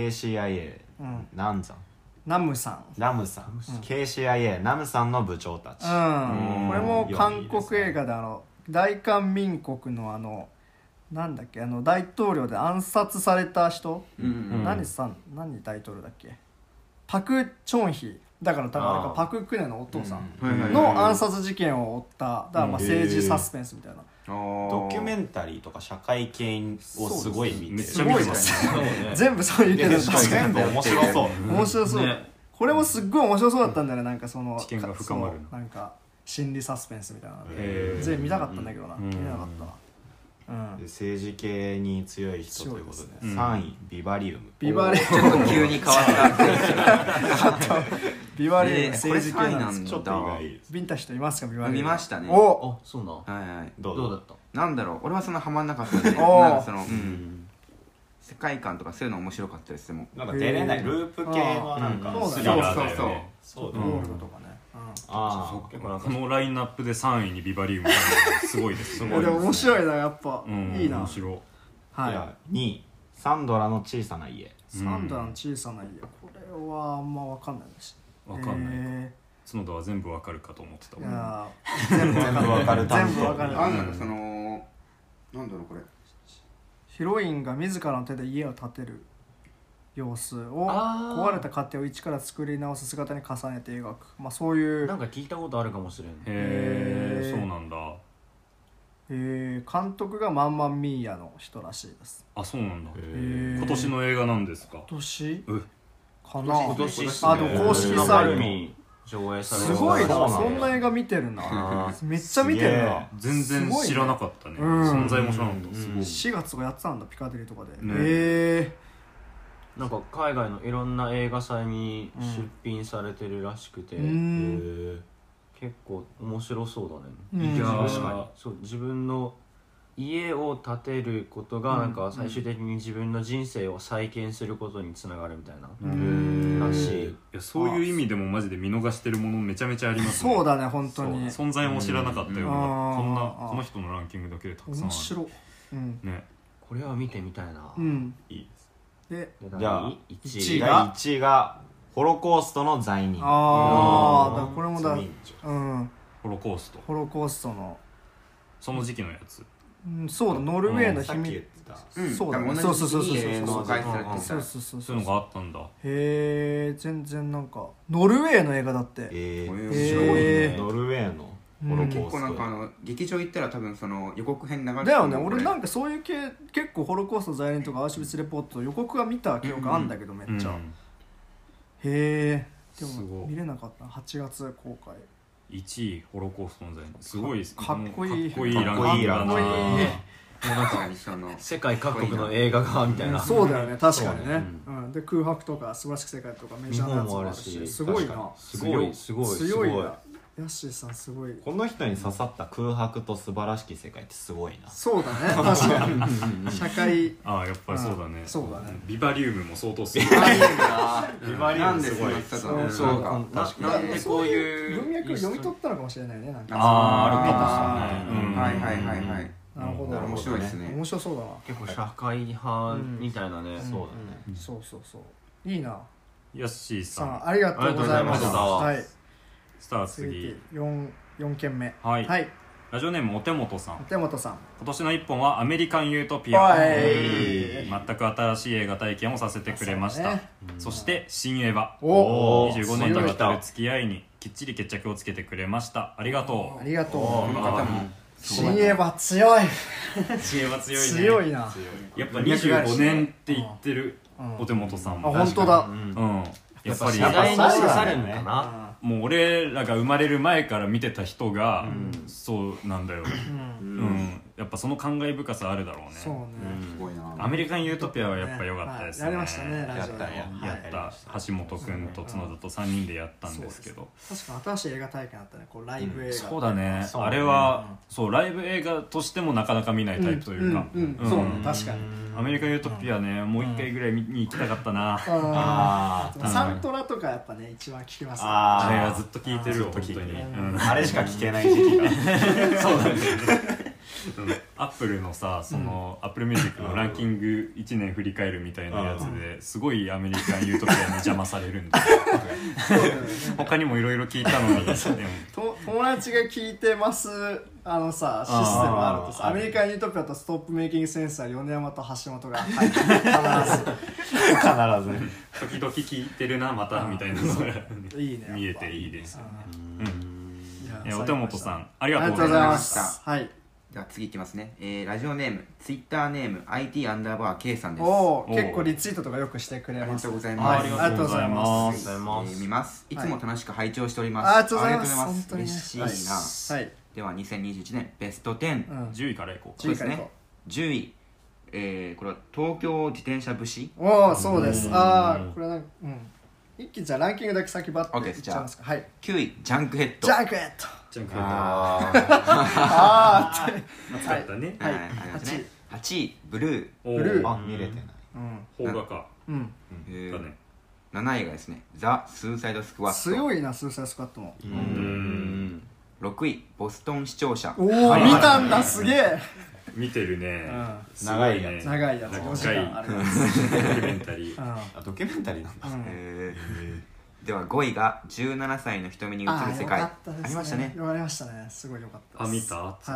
D: KCIA
C: うん
D: なんざん
C: ナムさん
D: ラムさん KCIA ナムさんの部長たち
C: う
D: うん
C: ん、これも韓国映画であの大韓民国のあのなんだっけあの大統領で暗殺された人、
B: うんうん
C: 何さん何大統領だっけパク・チョンヒだから多分あれ
D: あ
C: か
D: ー
C: パク・クネのお父さん
B: はいはいはい
C: の暗殺事件を追っただからまあ
D: うん
C: 政治サスペンスみたいな、
D: ド
B: ド
D: キュメンタリーとか社会系をすごい見て
A: めっ
D: る
A: ちゃ見てますす
E: そうね
C: 全部そういう系だっ
D: で
C: た
D: 全部面白そう
C: 面白そう、
E: ね
C: これもすっごい面白そうだったんだよねなんかその
A: 知見が深まるな
C: そうなんか心理サスペンスみたいなの
A: へー
C: で全部見たかったんだけどな、
A: うん
C: 見れなかったな、うん
D: で、政治系に強い人ということ
C: 強い
D: で
A: ね
D: 3位ビバリウム
C: ビバリ
B: ちょっと急に変わった
C: ビバリーム
B: ねこれ
C: 政治系
B: 3位
C: な
B: なん
C: です
B: ん
D: ちょっと
B: だ
D: 意
B: わ
D: 外です
C: ビンタ人いますか ビバリーム
B: 見ましたね
C: お
E: あそうな
B: はいはい
D: どう
E: ど
D: ぞ
E: うだった
B: なんだろう俺はそんなハマんなかったんで
C: おー
B: なんかそのうん世界観とかそういうの面白かったですでも
D: なんか出れないループ系のなんか
C: うん
D: ス
A: ス
D: リ
A: リ
D: ラ
A: ラー
D: ーだよ
A: だ
D: ね
A: よね
D: そうだ
C: ゴ
D: よ
C: ー
D: ね
C: ルドとかね、
D: あ
A: だからこのラインナップで3位にビバリウムすごいですす
C: うん
A: ごい
C: いやでも面白いなやっぱ、
A: うん
C: いいな
A: 面白い
D: あ
C: は
D: で
C: い
D: は2位サンドラの小さな家
C: サンドラの小さな家これはあんま分かんないです
A: わかんないか
C: え
A: 角田は全部わかるかと思ってた
C: ーい
A: もん
C: や
D: 全部わかる
C: ー
D: 担
C: 全部
D: 当
C: 分かる
B: あんなんかそのなんだろうこれ
C: ヒロインが自らの手で家を建てる様子を
E: あー
C: 壊れた家庭を一から作り直す姿に重ねて描く、まあ、そういう
E: なんか聞いたことあるかもしれんね
A: へえ
C: へー
A: そうなんだ
C: えー監督がマンマンミーヤの人らしいです
A: あそうなんだ
C: へー
A: 今年の映画なんですか
C: 今年
A: う
C: かな
E: 今年っすね
C: あでも公式サイト
E: に上映され
C: す
E: る
C: ごいな
D: そうなん
C: そ
D: だ
C: んな映画見てるな
E: あ
C: めっちゃ見てるな
A: 全然知らなかったね
C: すごいねうん
A: 存在も知らなかったすごい
C: 4月とかやってたんだピカデリーとかで
A: ね
C: へ
E: なんか海外のいろんな映画祭に出品されてるらしくて、
C: えうん
E: 結構面白そう
C: う
E: だ
C: ん
E: ね、
C: いやー
E: 確かにそう自分の家を建てることがなんか最終的に自分の人生を再建することにつながるみたいな、らしい
A: いやそういう意味でもマジで見逃してるものめちゃめちゃありますね
C: そうだね本当に
A: そう存在も知らなかったような
C: うん
A: こんな
C: あー
A: この人のランキングだけでたくさんあ
C: 面
A: る
C: 白いうん
A: ね
E: これは見てみたいな、
C: うん
D: いいです
C: で
E: で
D: じゃあ
E: 第
C: 一
E: 1
C: 位
E: 位
D: 第
C: が
D: 1位がホロコーストの罪人
C: ああだからこれもだ
D: 罪人
C: うん
A: ホロコースト
C: ホロコーストの
A: その時期のやつ
C: うんそうだノルウェーの
D: さ
C: 秘
D: っき言っ
C: 密
D: てた
B: うん、
C: そうだね
B: 多分
C: そ
B: 同
C: うそう
B: じ
C: そうそ
B: 時
C: うそう
B: 期にえー
E: そう
B: 公開されてた
C: そうそうそう
A: そ
C: そう
A: いう
C: う
A: のがあったんだ
C: へえ全然なんかノルウェーの映画だって
D: え
B: へ
D: ー、
B: ー
D: すごい
C: へ
D: ね
A: ー
D: ノルウェーのホロコースト
B: 結構なんかあの劇場行ったら多分その予告編流れて
C: だよね俺なん
B: か
C: かそういう系結構ホロコースト在留とかアーシュビスレポート予告は見た記憶あんだけどめっちゃ、
A: う
C: へ
A: ん
C: えです
A: ご
C: も
A: い
C: 見れなかった8月公開
A: 1位ホロコーストの罪すごいです
C: かっこいい
A: かっこいいランキングだな
D: かっこいい
B: なんかその
E: 世界各国の映画がみたいな
C: そうだよね確かにね
A: そうね
C: うんで空白とか素晴らしき世界とかメジ
E: 日
C: ャーなや
E: 本
C: つも
E: も
C: あ
E: あ
C: る
E: る
C: し
E: し
C: すごいな
E: すごいすごいすご
C: 強
E: い
C: いなヤッシーさんすごい
D: この人に刺さった空白と素晴らしき世界ってすごいな
C: そうだね確かに社会
A: ああやっぱりそうだね、
C: うんそうだね
A: ビバリウムも相当すご い
B: なんでそうなったかね
E: そう
B: なんか
E: な
B: 確
E: な
B: か
E: ん
B: に
E: でこういう
C: 文脈を読み取ったのかもしれないねなんか
A: あーあるかもしれないうん
B: はいはいはいはい
C: なるほど
B: 面白いですね
C: 面白そうだな
E: 結構社会派みたいなね、
D: そうだね、
C: うんそうそうそういいな
A: ヤッシーさ
C: さ
A: ん
C: あありがとうございまし
E: ありがと
C: た
E: うござ
C: はいい
A: スター
C: 続い
A: 次
C: て四四件目
A: はい、
C: はい
A: ラジオネームお手元さん
C: 手本さん
A: 今年の一本はアメリカン・ユートピ
C: お
A: ア
C: い
A: 全く新しい映画体験をさせてくれました、
C: そうね
A: そして「新エヴァ」
C: お
E: ー
A: 25年とわた
E: 強い
A: る付き合いにきっちり決着をつけてくれましたありがと
C: あ
A: う
C: りがと
B: こ
C: う
B: の方も
C: 新エヴァ強い
A: 新エヴァ強いね
C: 強いな
A: やっぱ25年って言ってる
C: うん
A: お手元さん
C: あ
A: も
C: 本当だ
A: うんやっぱり
E: 世代に
D: やっぱ
E: 刺
D: そう
E: さ
D: だ
E: る
D: よ
E: ん
D: ね
E: かな
A: もう俺らが生まれる前から見てた人が、そうなんだよ、
C: うん
A: うんやっぱその感慨深さあるだろうね
C: そうね
B: すごいな
A: アメリカン・ユートピアはやっぱ良かったですね、
C: はいやりましたねラ
D: や
C: ジ
D: っ
C: オ
D: た
C: で
D: や
C: も
A: や
C: はい
A: った橋本君と角田と3人でやったんですけど
C: 確かに新しい映画体験あったねこうライブ映画
A: そうだね
D: そう
A: あれはそうライブ映画としてもなかなか見ないタイプというか
C: うんうん
A: うん
C: そうね確かに
A: アメリカ・ユートピアねもう一回ぐらい見に行きたかったな
C: あ
D: あ
C: ーサントラとかやっぱね一番聞きますね
D: あー
A: あれはずっと聞いてるよ本当にうん
D: ーあれしか聞けない時期が
A: そうなんだよねアップルのさその、アップルミュージックのランキング1年振り返るみたいなやつですごいアメリカンユートピアに邪魔されるんだよ
C: そうだよね
A: 他にもいろいろ聞いたのにでも
C: と友達が聞いてますあのさシステムあるとさ
D: あー
C: アメリカン・ユートピアとストップメイキングセンサー米山と橋本が入って
D: 必ずね
A: 時々聞いてるなまたみたいなのが
C: るいいねやっぱ
A: 見えていいですよね
C: や
A: えお手元さんあり
C: あり
A: がと
C: がと
A: う
C: う
A: ござ
C: ご
A: い
C: ざい
A: ま
C: ますすはい
B: では次いきますね、えー、ラジオネームツイッターネーム IT アンダーバー K さんです
C: お
A: お
C: お結構リツイートとかよくしてくれ
B: ありが
C: ます
B: とうござい
A: あ
B: ま
C: は
A: り
B: す
C: い
A: がとうござい
B: は
A: ます
E: あり
B: い
E: がとうございます
B: えー見ますいつも楽しく拝聴しております、
C: ありがとうございます
B: ありがとうございま
C: 本当にね
B: 嬉しいな、
C: はいはい
B: では2021年ベスト10、
C: うん
A: 10位からいこう
B: そうです
C: 10位からい
B: ね
C: こ
B: 10位、えー、これは東京自転車武士
C: おおそうですああこれはなんかうん一気にじゃあランキングだけ先バッていっちゃいますかはい
B: 9位ジャンクヘッド
C: ジャンクエット
A: じゃん
D: あ
C: ああって
A: 使ったね
B: はい
C: はい
B: ありますね8位ブルー、
A: お
C: ブル
D: ー
A: ー
D: あ見れてない
C: うん
A: 邦画か
C: うん
B: え
A: だ
B: ー
A: ね
B: 7位がですねザ・スーサイドスクワット
C: 強いなスーサイドスクワットも
D: う
A: うん
B: 6位ボストン視聴者
C: おお見たんだすげえ
A: 見てるね
C: うん
A: すごね
D: 長いや
C: 長いやつ4時
A: 長い
C: 間あるやつ
A: ドキュメンタリー
C: うん
D: あドキュメンタリーなんだ
C: うん
B: えーでは5位が17歳の瞳に映る
C: あー
B: 世界
C: よか
B: あ
C: ったです
B: りましたね
C: 言われましたねすごい良かっ た
A: あ
C: で
A: 見
C: す
A: た
C: はいめ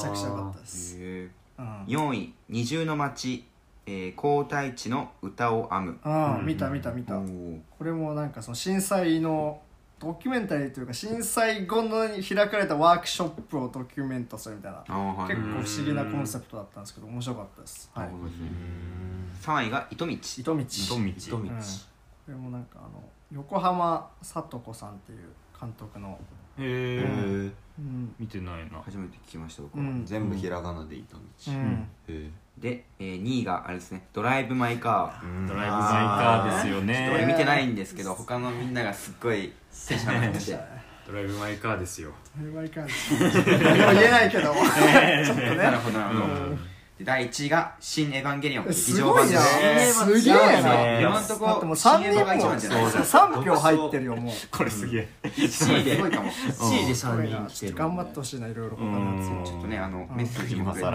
C: ちゃくちゃ良かったです、
B: え
C: うん
B: ー4位「二重の街、えー、皇太地の歌を編む
C: あー見た見た見」た、
B: おー
C: これもなんかその震災のドキュメンタリーというか震災後の開かれたワークショップをドキュメントするみたいな
B: あーはい
C: 結構不思議なコンセプトだったんですけど面白かったです、はい、
B: 3位が糸道
C: 糸道
A: 糸道
E: 人見
C: うんこれもなんかあの横浜聡子さんっていう監督の、
A: へ
D: へ
A: え
D: ー
C: うん
A: 見てないな
B: 初めて聞きました僕
C: う
B: は、
C: ん
D: 全部ひらがなで糸道
C: う
D: へ
C: ん、
D: え
B: で、え2位があれですね「ドライブ・マイ・カー」
A: ドライブ・マイ・カーですよ
B: ちょっと
A: ね
B: 俺見てないんですけど他のみんながすっ ごいテンション上がってて
A: ドライブ・マイ・カーですよ
C: あれはいかんです何も 言えないけどちょっと
B: なる
C: ね
B: ほどなるほどで第1位が「新エヴァンゲリオン」劇
C: す
B: 場
C: ご
B: 版
C: い
B: で
C: な
B: す
C: すげえ
E: ね
C: な
B: 今んとこ
C: だってもう3人
B: 新映画が一番じゃない
C: も
B: ですか
C: 3票入ってるよもう
A: これすげえ
B: 1位ですごいかも
E: 1位で3人来
C: ち
E: て
C: ょっ
E: る
C: と頑張ってほしいないろいろ他のやつ
B: ちょっとねあのメッセージも
D: 今
B: くれて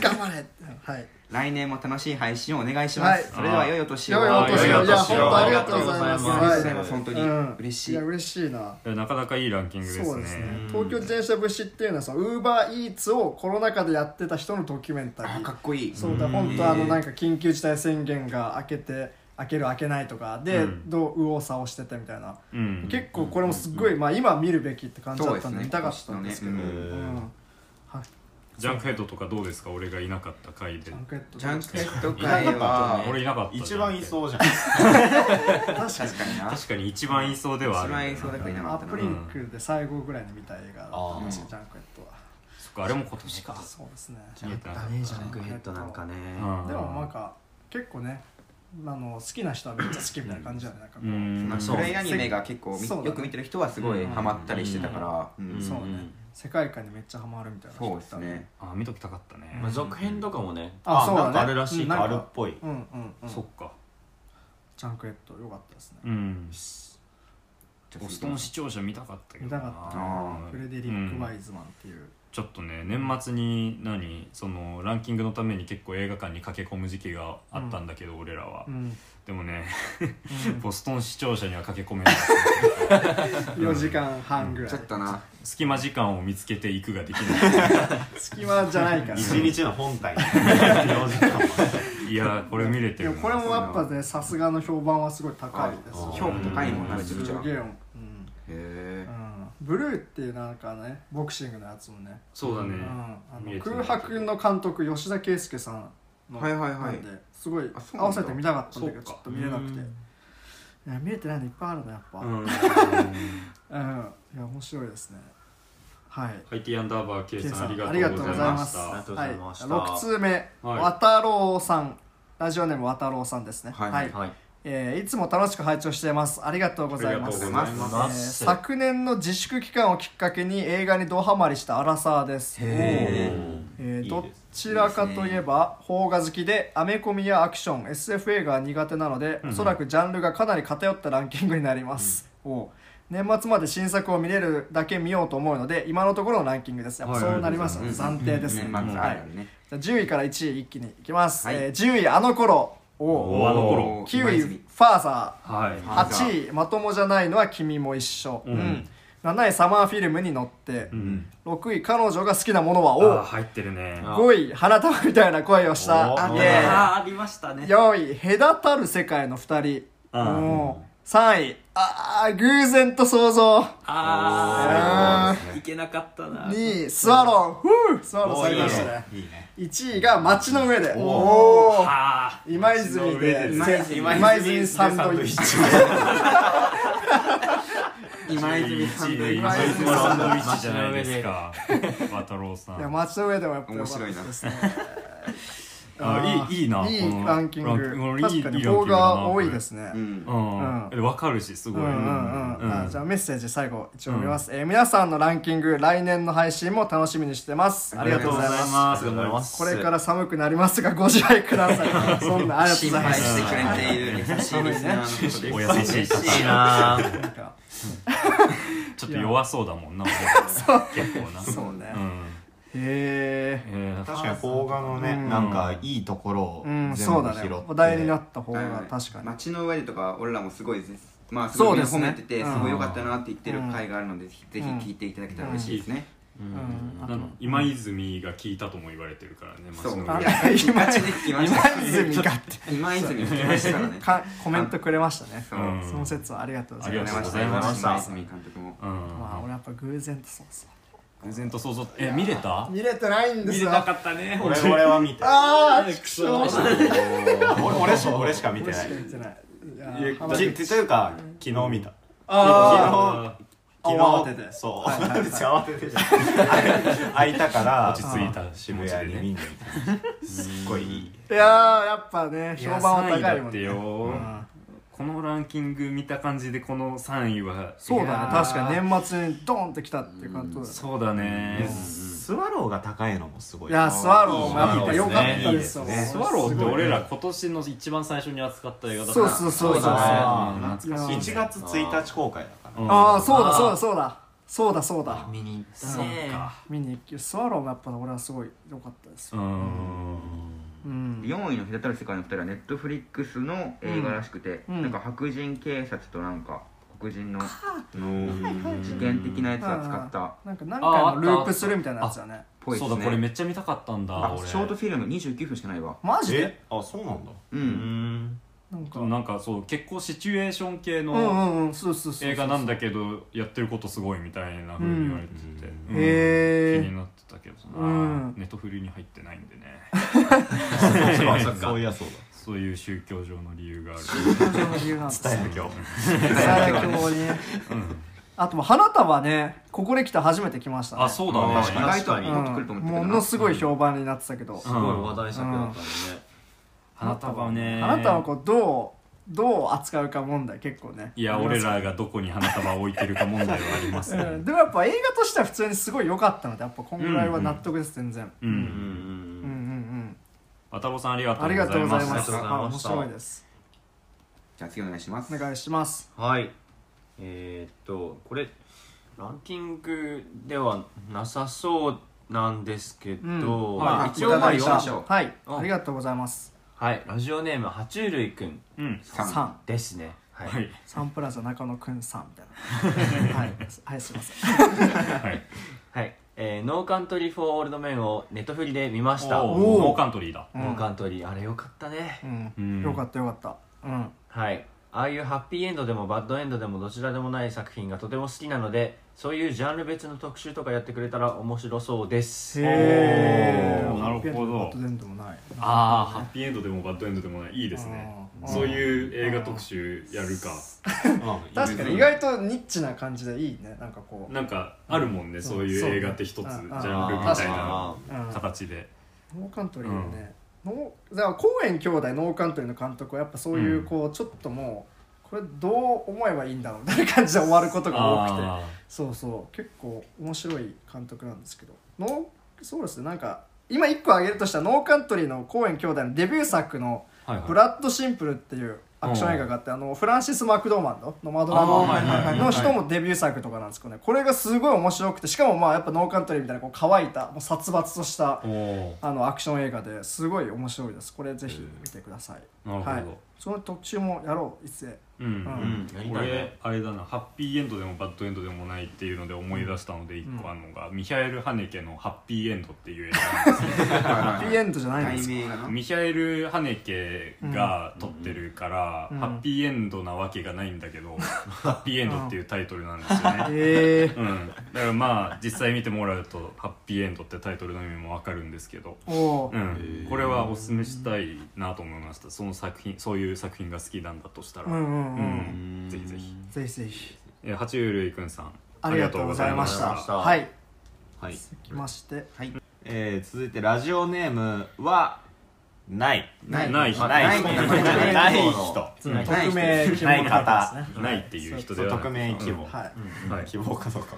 D: 更
C: 頑張れってはい
B: 来年も楽しい配信をお願いします、
C: はい
B: それでは良いお年を
C: 良い
A: 良
C: お年
A: い
C: を
A: お
C: いや
A: 年を
C: 本当ありがとうございます
B: ありがとうございます
E: は
B: 本当に、
C: うん
B: 嬉しい
C: や嬉しいな
A: なかなかいいランキングですね
C: そうですね東京自転車節っていうのはウーバーイーツをコロナ禍でやってた人のドキュメンタリ
B: あ
C: ー
B: かっこいい
C: そうだ本当あのなんか緊急事態宣言が明けて開ける開けないとかで、
A: うん
C: どう右往左往しててみたいな、
A: うん
C: 結構これもすっごい、まあ、今見るべきって感じだったんで
B: そうですね
C: 見たかったんですけど、
B: 今
D: 年
C: う
D: のねうん
C: ん
A: ジャンクヘッドとかどうですか俺がいなかった回で
C: ジャンクエット
B: ジャンクヘッド
A: いなかっ
B: 会
A: た
B: は
A: 俺いなかった
D: 一番い
A: うん
D: そうじゃ ん
C: 確かに
B: 確かにな
A: 確かに一番いそうではあ
B: 一
A: るんだ
B: 番
A: よ
B: いそうだからいな
C: ア
B: かっ
C: ッ
B: た
C: プ
B: な
C: リンクで最後ぐらいに見た映画だったんですよジャンクエットは
A: そっかあれも今年か
C: そうですね
A: 見えてなかっ
E: だねジャンクヘッドなんかね
A: た
C: でもなんか結構ねあの好きな人はめっちゃ好きみたいな感じじゃないなんかこ
A: う
C: う、
A: ん
B: まあ、
E: そう
B: 暗いアニメが結構み
C: そうだね
B: よく見てる人はすごいハマったりしてたから、うん
E: うん
C: そうね、世界観にめっちゃハマるみたいな人
B: そうですね
A: あ見ときたかったね
E: まあ、続編とかもね
C: あそうだね
E: なんかあるらしい
C: うんなん
E: か
C: から
D: あるっぽい
C: うんうんうん
A: そっか
C: ジャンクエット良かったですね
A: うん
B: じゃあ
A: ボストン視聴者見たかったけど
C: 見
A: な
C: たかった
B: な
C: フレデリック・ワイズマンっていう、
A: ちょっとね年末に何そのランキングのために結構映画館に駆け込む時期があったんだけど、俺らは、
C: うん
A: でもね、
C: うん
A: ボストン視聴者には駆け込めない
C: 4時間半ぐらい
B: ちょっとな
A: 隙間時間を見つけていくができな
C: 隙間じゃないから
D: 一日の本体4時間
A: いいやこれ見れて
C: で
A: る
C: も
A: な
C: これもやっぱねさすがの評判はすごい高いです
D: あ
B: 評価高いもんなめちゃ
C: す
B: くちゃ
C: げえ
B: へ
C: よ、うん
B: え
C: うん、ブルーっていうなんかねボクシングのやつもね、
A: そうだね、
C: うん、あ
A: 見
C: の
A: えてる
C: 空白の監督吉田圭佑さんの
B: はいはいは
C: な
B: い
C: んですごい
B: あそう
C: 合わ
B: なんだ
C: せて見たかったんだけどち
A: そ
C: ょ
A: うか
C: っと見れなくていや見えてないのいっぱいあるのやっぱうん、いや面白いですねはい
A: ハイティアンダーバー K さん
C: さん
A: ありがとうございまし
C: あ
A: た
E: りがとうご
C: は
E: ざ
C: い、
E: いました
C: 6通目、
A: はい
C: 渡郎さんラジオネーム渡郎さんですね
B: はい
E: はい
C: えーいつも楽しく拝聴していますありがとうございます
B: ありがとうございます
E: ござい
C: えー
E: ます
C: 昨年の自粛期間をきっかけに映画にドハマりしたアラサーです
B: へ
C: えー
D: いいです
C: どちらかといえば邦画好きでアメコミやアクション SF 映画は苦手なので、
A: うん
C: おそらくジャンルがかなり偏ったランキングになります、おう年末まで新作を見れるだけ見ようと思うので今のところのランキングですやっぱそうなりますよね、
B: はい
C: 暫定ですね、
B: 年末あ
C: は
B: る
C: い
B: よね
C: じゃあ10位から1位一気にいきます、
B: はい
C: えー10位あの頃
A: お
C: を
A: ーあの
B: お
A: 頃
B: ー
C: 9
B: 今
C: 位
B: 泉
C: ファーザ
A: はい
C: ー
B: ファーザー
C: 8位まともじゃないのは君も一緒、
A: うん
C: 7位サマーフィルムに乗って
A: う、ん
C: 6位彼女が好きなものは
A: あー
C: を
A: 入ってるね
E: あ
C: 5位花束みたいな恋をした
D: おー
C: あ
D: ー
C: イエー
B: ありました
C: イ4位隔たる世界の2人
A: あー
C: もう3位あー偶然と想像
B: あ
C: あ
B: いけなかったな
C: 2位スワローふうスワローされましたね
D: いいね
C: 1位が街の上で
D: おー
C: おー
A: あ
C: 今泉で
A: 今
B: 泉
C: 今泉サンドイッチ
B: 今泉さんの
A: 今
C: 今泉
A: 泉
C: さ
A: さ
C: ん
A: んの道じゃないですか渡郎さ
C: いや
A: ん
C: 街の上でもやっぱ良かったですね
A: あいいいいない
C: いランキン
A: この
C: グ
A: ランキン
C: 確か
A: グ
C: に
A: いいランキン
C: 邦
A: グだな
C: 画多いですね
B: うん
A: うん、
C: う
A: わかるしすごい、
C: うんうんうん
A: う
C: あ
A: ん
C: じゃあメッセージ最後一応見ます、えー皆さんのランキング来年の配信も楽しみにしてますありがとうございます
A: ます
E: ありがとうございます
C: これから寒くなりますがご自愛くださいそんなありがとうご
B: 心
C: ざいま
B: 配
C: す
B: してくれている優しいリスナーのことです
A: お優しい
E: いいなぁ
C: なんか
A: ちょっと弱そうだもんな結構な
C: そうね、
A: うん
C: へえ
A: えー
D: 確かに邦画のね、
C: うん
D: なんかいいところを
C: うん
D: 全部
C: そうだ
D: 拾って、
C: ね話題になった方が確かに、
B: 街の上でとか俺らもすごいですまあすごいみんな
C: そ
B: 褒
C: うですね
B: めててすごい良かったなって言ってる回があるのでぜひ聞いていただけたら嬉しいですね
C: うん あ
A: なの今泉が聞いたとも言われてるからね
B: そう
A: 街の
B: あ
A: 上
B: い
A: で
C: 今泉
B: やガチで聞きました
C: 今泉がって
B: 今泉聞きましたからね
C: かコメントくれましたね
B: そう
A: うん
C: その説はありがとうござい
A: あ
C: ま
A: り
C: す
A: がとうございました
B: 今泉監督も
A: うん
C: まあ俺やっぱ偶然とそうそう
A: 偶然と想像え見れた
C: 見れてないん
A: 見れなかったね
D: 俺俺は見て
C: ああ畜生
D: 俺俺し俺しか見てない
C: 俺しか見てないいや
A: いや
C: 浜口
D: きというか昨日見た
A: あ
C: ああ
D: 昨日
C: 慌てて
D: そう別 に慌ててじゃない空いたから
A: 落ち着いたし
D: 渋谷に見に行ったすっごいいい
C: いやーやっぱね
A: い
C: 評
A: や
C: 判は
A: 3位
C: 高い
A: だ
C: も
A: っ
C: んね
A: てよ
C: うん
A: このランキング見た感じでこの3位は
C: そう
A: いや
C: だね
A: ー
C: 確かに年末にドーンってきたっていう感じだね
A: そうだね
D: スワローが高いのもすごい
C: いやースワローもやっぱ良かったですよ
D: いいです
A: スワローって俺
C: ら
A: ら今年の一番最初に扱った映画だか
C: そう
A: ら
C: そうそうそ
E: そ
C: う
E: う
A: だ
D: だ
A: ね
D: ね
A: 懐かしい
D: 1月1日公開だから
A: うん
C: ああそうだそうだそうだそうだそうだ
E: 見に行った
A: そう
E: ね
A: か
C: 見に行きスワローもやっぱ俺はすごい良かったです
A: う
C: よ
A: ん
C: うん
B: 4位の隔たる世界の2人はネットフリックスの映画らしくて、
C: うんうん
B: なんか白人警察となんか黒人の
A: うん
B: 事件的なやつを使ったっ
C: なんか何回もループするみたいなやつだね
B: ぽいで
A: そ
B: す
A: う
B: ね
A: だこれめっちゃ見たかったんだ
B: あ
A: 俺
B: ショートフィルム29分しかないわ
C: マジで
D: えあそうなんだ
B: う
E: うんん
C: なんか
A: そうなんかそう結構シチュエーション系
C: うんう
A: の
C: んうんそうそうそうそう
A: 映画なんだけどやってることすごいみたいなふうに言われてて、
D: うん
A: うん
C: へー
A: 気になってたけどな、
C: うん
A: ネットフリに入ってないんでね
E: あそっか
D: そういやそう
A: そういう宗教上の理由がある
C: 彼女の理由なんです
D: だ伝える
C: 伝える教にあともう花束ねここで来た初めて来ましたね
A: あそう
B: あ
A: だ
B: ー
A: ね
B: 意外
E: 確
B: と
E: かに
B: もっと来ると思ったけど
C: も
B: な
C: のすごい評判になってたけど、
E: すごい話題作だったね
A: 花束ね
C: あなたはこうどうどう扱うか問題結構ね
A: いや俺らがどこに花束を置いてるか問題はあります
C: う
A: ね
C: ん、でもやっぱ映画としては普通にすごい良かったのでやっぱこんぐらいは納得です全然
A: う
E: うん
A: ん
C: うんうんうん
A: 渡郎さんありがと
C: あ
A: うご
C: り
A: ざ
C: がとう
A: い
C: ござい
A: ま
C: ますす
E: ありがとうございました
C: あ面白いです
B: じゃあ次お願いします
C: お願いします
E: はいえー、っとこれランキングではなさそうなんですけど、
C: うん
E: まあ
B: はい
E: 一応まあ
B: い
E: 4
B: ただいた
C: はい
E: あ
C: ありがとうございます
E: はいラジオネーム爬虫類くん
A: うん
B: 三
C: 3
E: ですねはい、
A: はい
C: サンプラザ中野くんさんみたい なはいはいすいません
A: はい
E: はいえーノーカントリー・フォー・オールド・メンをネットフリで見ました
A: おー
E: ノ
C: おー
A: ノーカントリーだ
E: ーカントリーあれよかったね
C: うん、
A: うん
C: よかったよかったうん
E: はいああいうハッピーエンドでもバッドエンドでもどちらでもない作品がとても好きなのでそういうジャンル別の特集とかやってくれたら面白そうです
C: へー
A: おーなるほど
C: ハッピーエンドもバッドエンドもない
A: ああハッピーエンドでもバッドエンドでもないいいですね
C: あー
A: そういう映画特集やるか
D: だ
C: 確かに意外とニッチな感じでいいねなんかこう
A: なんかあるもんねそういう映画って一つジ
C: そう
A: ャン
C: ね
A: ルみ
C: あー
A: たいな
C: うん
A: 形で
C: ノーカントリーのね、ノーだから公園兄弟ノーカントリーの監督はやっぱそういううんこうちょっともうこれどう思えばいいんだろうみ たいな感じで終わることが多くて
A: あ
C: そうそう結構面白い監督なんですけどノーそうですねなんか今一個挙げるとしたらノーカントリーの公園兄弟のデビュー作の
A: ーはい
C: 「
A: はい
C: ブラッド・シンプル」っていうアクション映画があってあのフランシス・マクドーマンドの「マドラーマン」
A: あーはいはいはい
C: の人もデビュー作とかなんですけどねこれがすごい面白くてしかもまあやっぱノーカントリーみたいなこう乾いたもう殺伐とした
A: おお
C: あのアクション映画ですごい面白いですこれぜひ見てください、
A: なる
C: は
A: ほ
C: い
A: ど、
C: その特集もやろういつで
A: うん、
E: う
C: うん
E: んやりたい
A: 俺
E: ね
A: あれだなハッピーエンドでもバッドエンドでもないっていうので思い出したので一個あるのが、ミヒャエル・ハネケの「ハッピーエンド」っていう映画なんですけ
C: ハッピーエンドじゃないんです
B: 対
C: か
B: 面が
A: ど
B: な
A: ミヒャエル・ハネケが撮ってるから、
C: うん
A: ハッピーエンドなわけがないんだけど、 ハッピーエンドっていうタイトルなんですよね、
C: ええ
A: うん、だからまあ実際見てもらうと「ハッピーエンド」ってタイトルの意味もわかるんですけど、
C: ー、お
A: うん、
C: ー
A: これはおすすめしたいなと思いましたその作品そういう作品が好きなんだとしたら、
C: うんうんう、
A: うんんぜひぜひ
C: ぜひぜひ
A: えー爬虫類くんさん
C: ありがとうございまし
E: あ
C: た
E: りがとうございました
C: はい
D: はい、
C: 来まして
D: えー、続いてラジオネームはない
B: ない
A: ない
B: まあ
D: な
B: ない
D: い人
B: 人
D: ない人
B: ない人
C: 匿名希望の方ですね
A: ないっていう人ではなく
D: 匿名希望、
C: はい
A: はい
D: 希望かどうか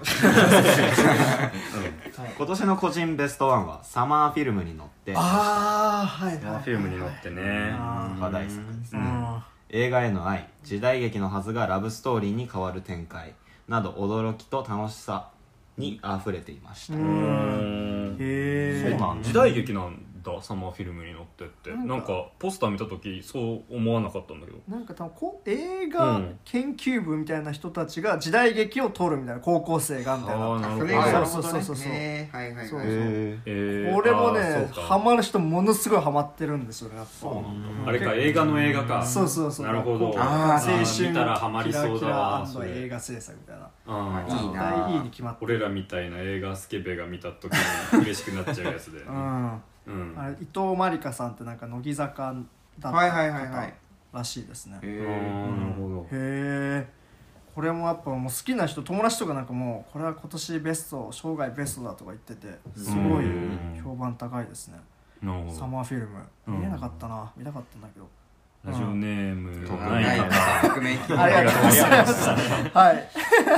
D: 今年の個人ベストワンはサマーフィルムに乗って
C: ああはいはい
A: サマーフィルムに乗ってね
C: あ
D: 話題作ですね
C: あ
D: 映画への愛時代劇のはずがラブストーリーに変わる展開など驚きと楽しさに溢れていまし
C: う
D: た、
A: うんん
C: へ
D: そう
C: え
D: なんだ
A: 時代劇なんだサマーフィルムに乗ってって
C: なんか
A: なんかポスター見た時そう思わなかったんだけど
C: なんか多分こう映
A: う
C: 画
A: ん
C: 研究部みたいな人たちが時代劇を撮るみたいな高校生がみたいな
A: あーなるほ
B: そ
A: ど
B: れが
C: そうそうそうそう
B: ねはいはい
C: そう
B: は
C: そう
B: い
A: えー
C: 俺も
A: あー
C: ね
A: そうか
C: ハマる人ものすごいハマってるんですよねやっぱ
D: そうなんだ
A: あれか映画の映画か
C: そうそうそう
A: なるほど
B: あ
C: 青
B: ー
C: 春
A: 見たらハマりそうだわ
C: キラキ
A: そ
C: ラ
A: れ
C: 映画制作みたいな
A: あ
B: いい
A: ー
B: な
C: 絶対いいに決まってる
A: 俺らみたいな映画スケベが見た時 に嬉しくなっちゃうやつで
C: うん
A: うん
C: あれ伊藤真理香さんってなんか乃木坂だった
B: はいはいはいはい
C: 方らしいですねへ
A: あ
B: え
A: ーなるほど
C: えこれもやっぱもう好きな人友達とかなんかもうこれは今年ベスト生涯ベストだとか言っててすごい
A: うん
C: 評判高いですね
A: なるほ
C: サ
A: ど
C: マーフィルム
A: うん
C: 見えなかったな見たかったんだ けど
A: ラジオネームな
B: ないい
A: 方
B: 匿名希望
C: ありがとうございましたはい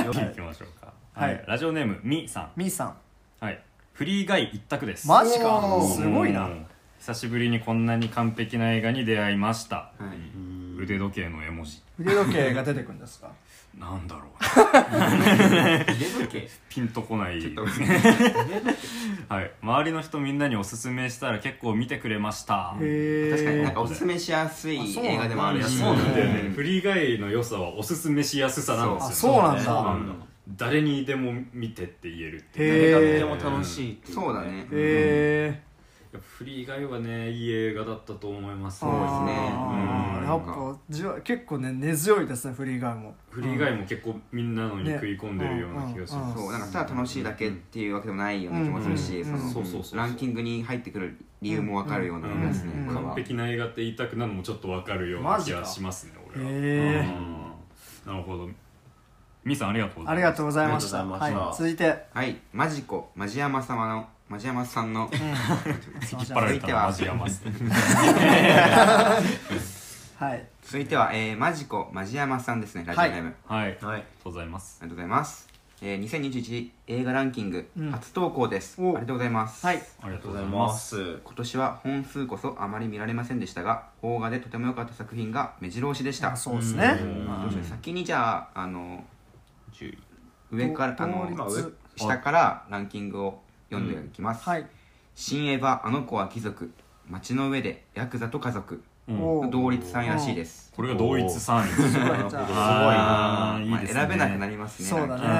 A: 行きましょうか
C: は
A: はいいラジオネームみさん
C: みーさん
A: はいフリーガイ一択です
C: マジか
A: おー
C: すごいな
A: うん久しぶりにこんなに完璧な映画に出会いました
B: はい
A: 腕時計の絵文字
C: 腕時計が出てくるんですか
A: なん だろう
E: 腕時計
A: ピンとこない
B: ちょっと
A: はい周りの人みんなにおすすめしたら結構見てくれました
C: へえ
B: 確かになんかおすすめしやすい映画でもあるやつ
A: そうなんだよね、
B: うん
A: フリーガイの良さはおすすめしやすさなんですよ
C: そうあそうなんだ
A: そうなんだ誰にでも見てって言えるっていう
C: へえ
E: 誰が見ても楽しいっていう
B: そうだね
C: へえ
A: やっぱフリーガイはねいい映画だったと思います
C: そう
B: ですね
A: うん
C: やっぱじわ結構ね根強いですねフリーガイも
A: フリーガイも結構みんなのに食い込んでるような気がします
B: そうなんかただ楽しいだけっていうわけでもないような気もする
C: う
B: し、
C: ん
B: その
C: うん
A: そうそうそうそう
B: ランキングに入ってくる理由もわかるような気がするね、
C: うん
B: これは
A: 完璧な映画って言いたくなるのもちょっとわかるような気がしますね俺は
C: へ
A: うんなるほどみーさんありがとうござ
C: あ
A: いま
C: り
A: す
C: がとうございました
E: ありがとうございました
C: はい続いて
B: はいマジコマジヤマ様のマジヤマさんの
C: すいま
A: 引っ
C: せ
A: 張ら
C: ん
A: れたらマジやます
C: はい
B: 続いては、えー、マジコマジヤマさんですねラジオネーム、あり
A: はいありがと
E: はいう
A: ございます
B: がとうございます、えー、2021映画ランキング
C: うん
B: 初投稿です、
C: お
B: ありがとうございます、
C: はい
A: ありが
E: ありが
A: と
E: とう
A: うご
E: ござ
A: ざ
E: い
A: い
E: ま
A: ます
E: す
B: 今年は本数こそあまり見られませんでしたが邦画でとても良かった作品が目白押しでした
C: あそうですね
A: うん
B: どうしよう先にじゃああの
D: 10位
B: 上からあの
C: 同率
B: 下からランキングを読んでいきます、
C: はい
B: 新エヴァあの子は貴族街の上でヤクザと家族
A: うん
C: おう
B: 同率3位らしいです
A: これが同一3位す
C: ごいな
A: あーいい
B: まあ
A: ですね
B: 選べなくなりますね
C: そうだね
B: ランキングね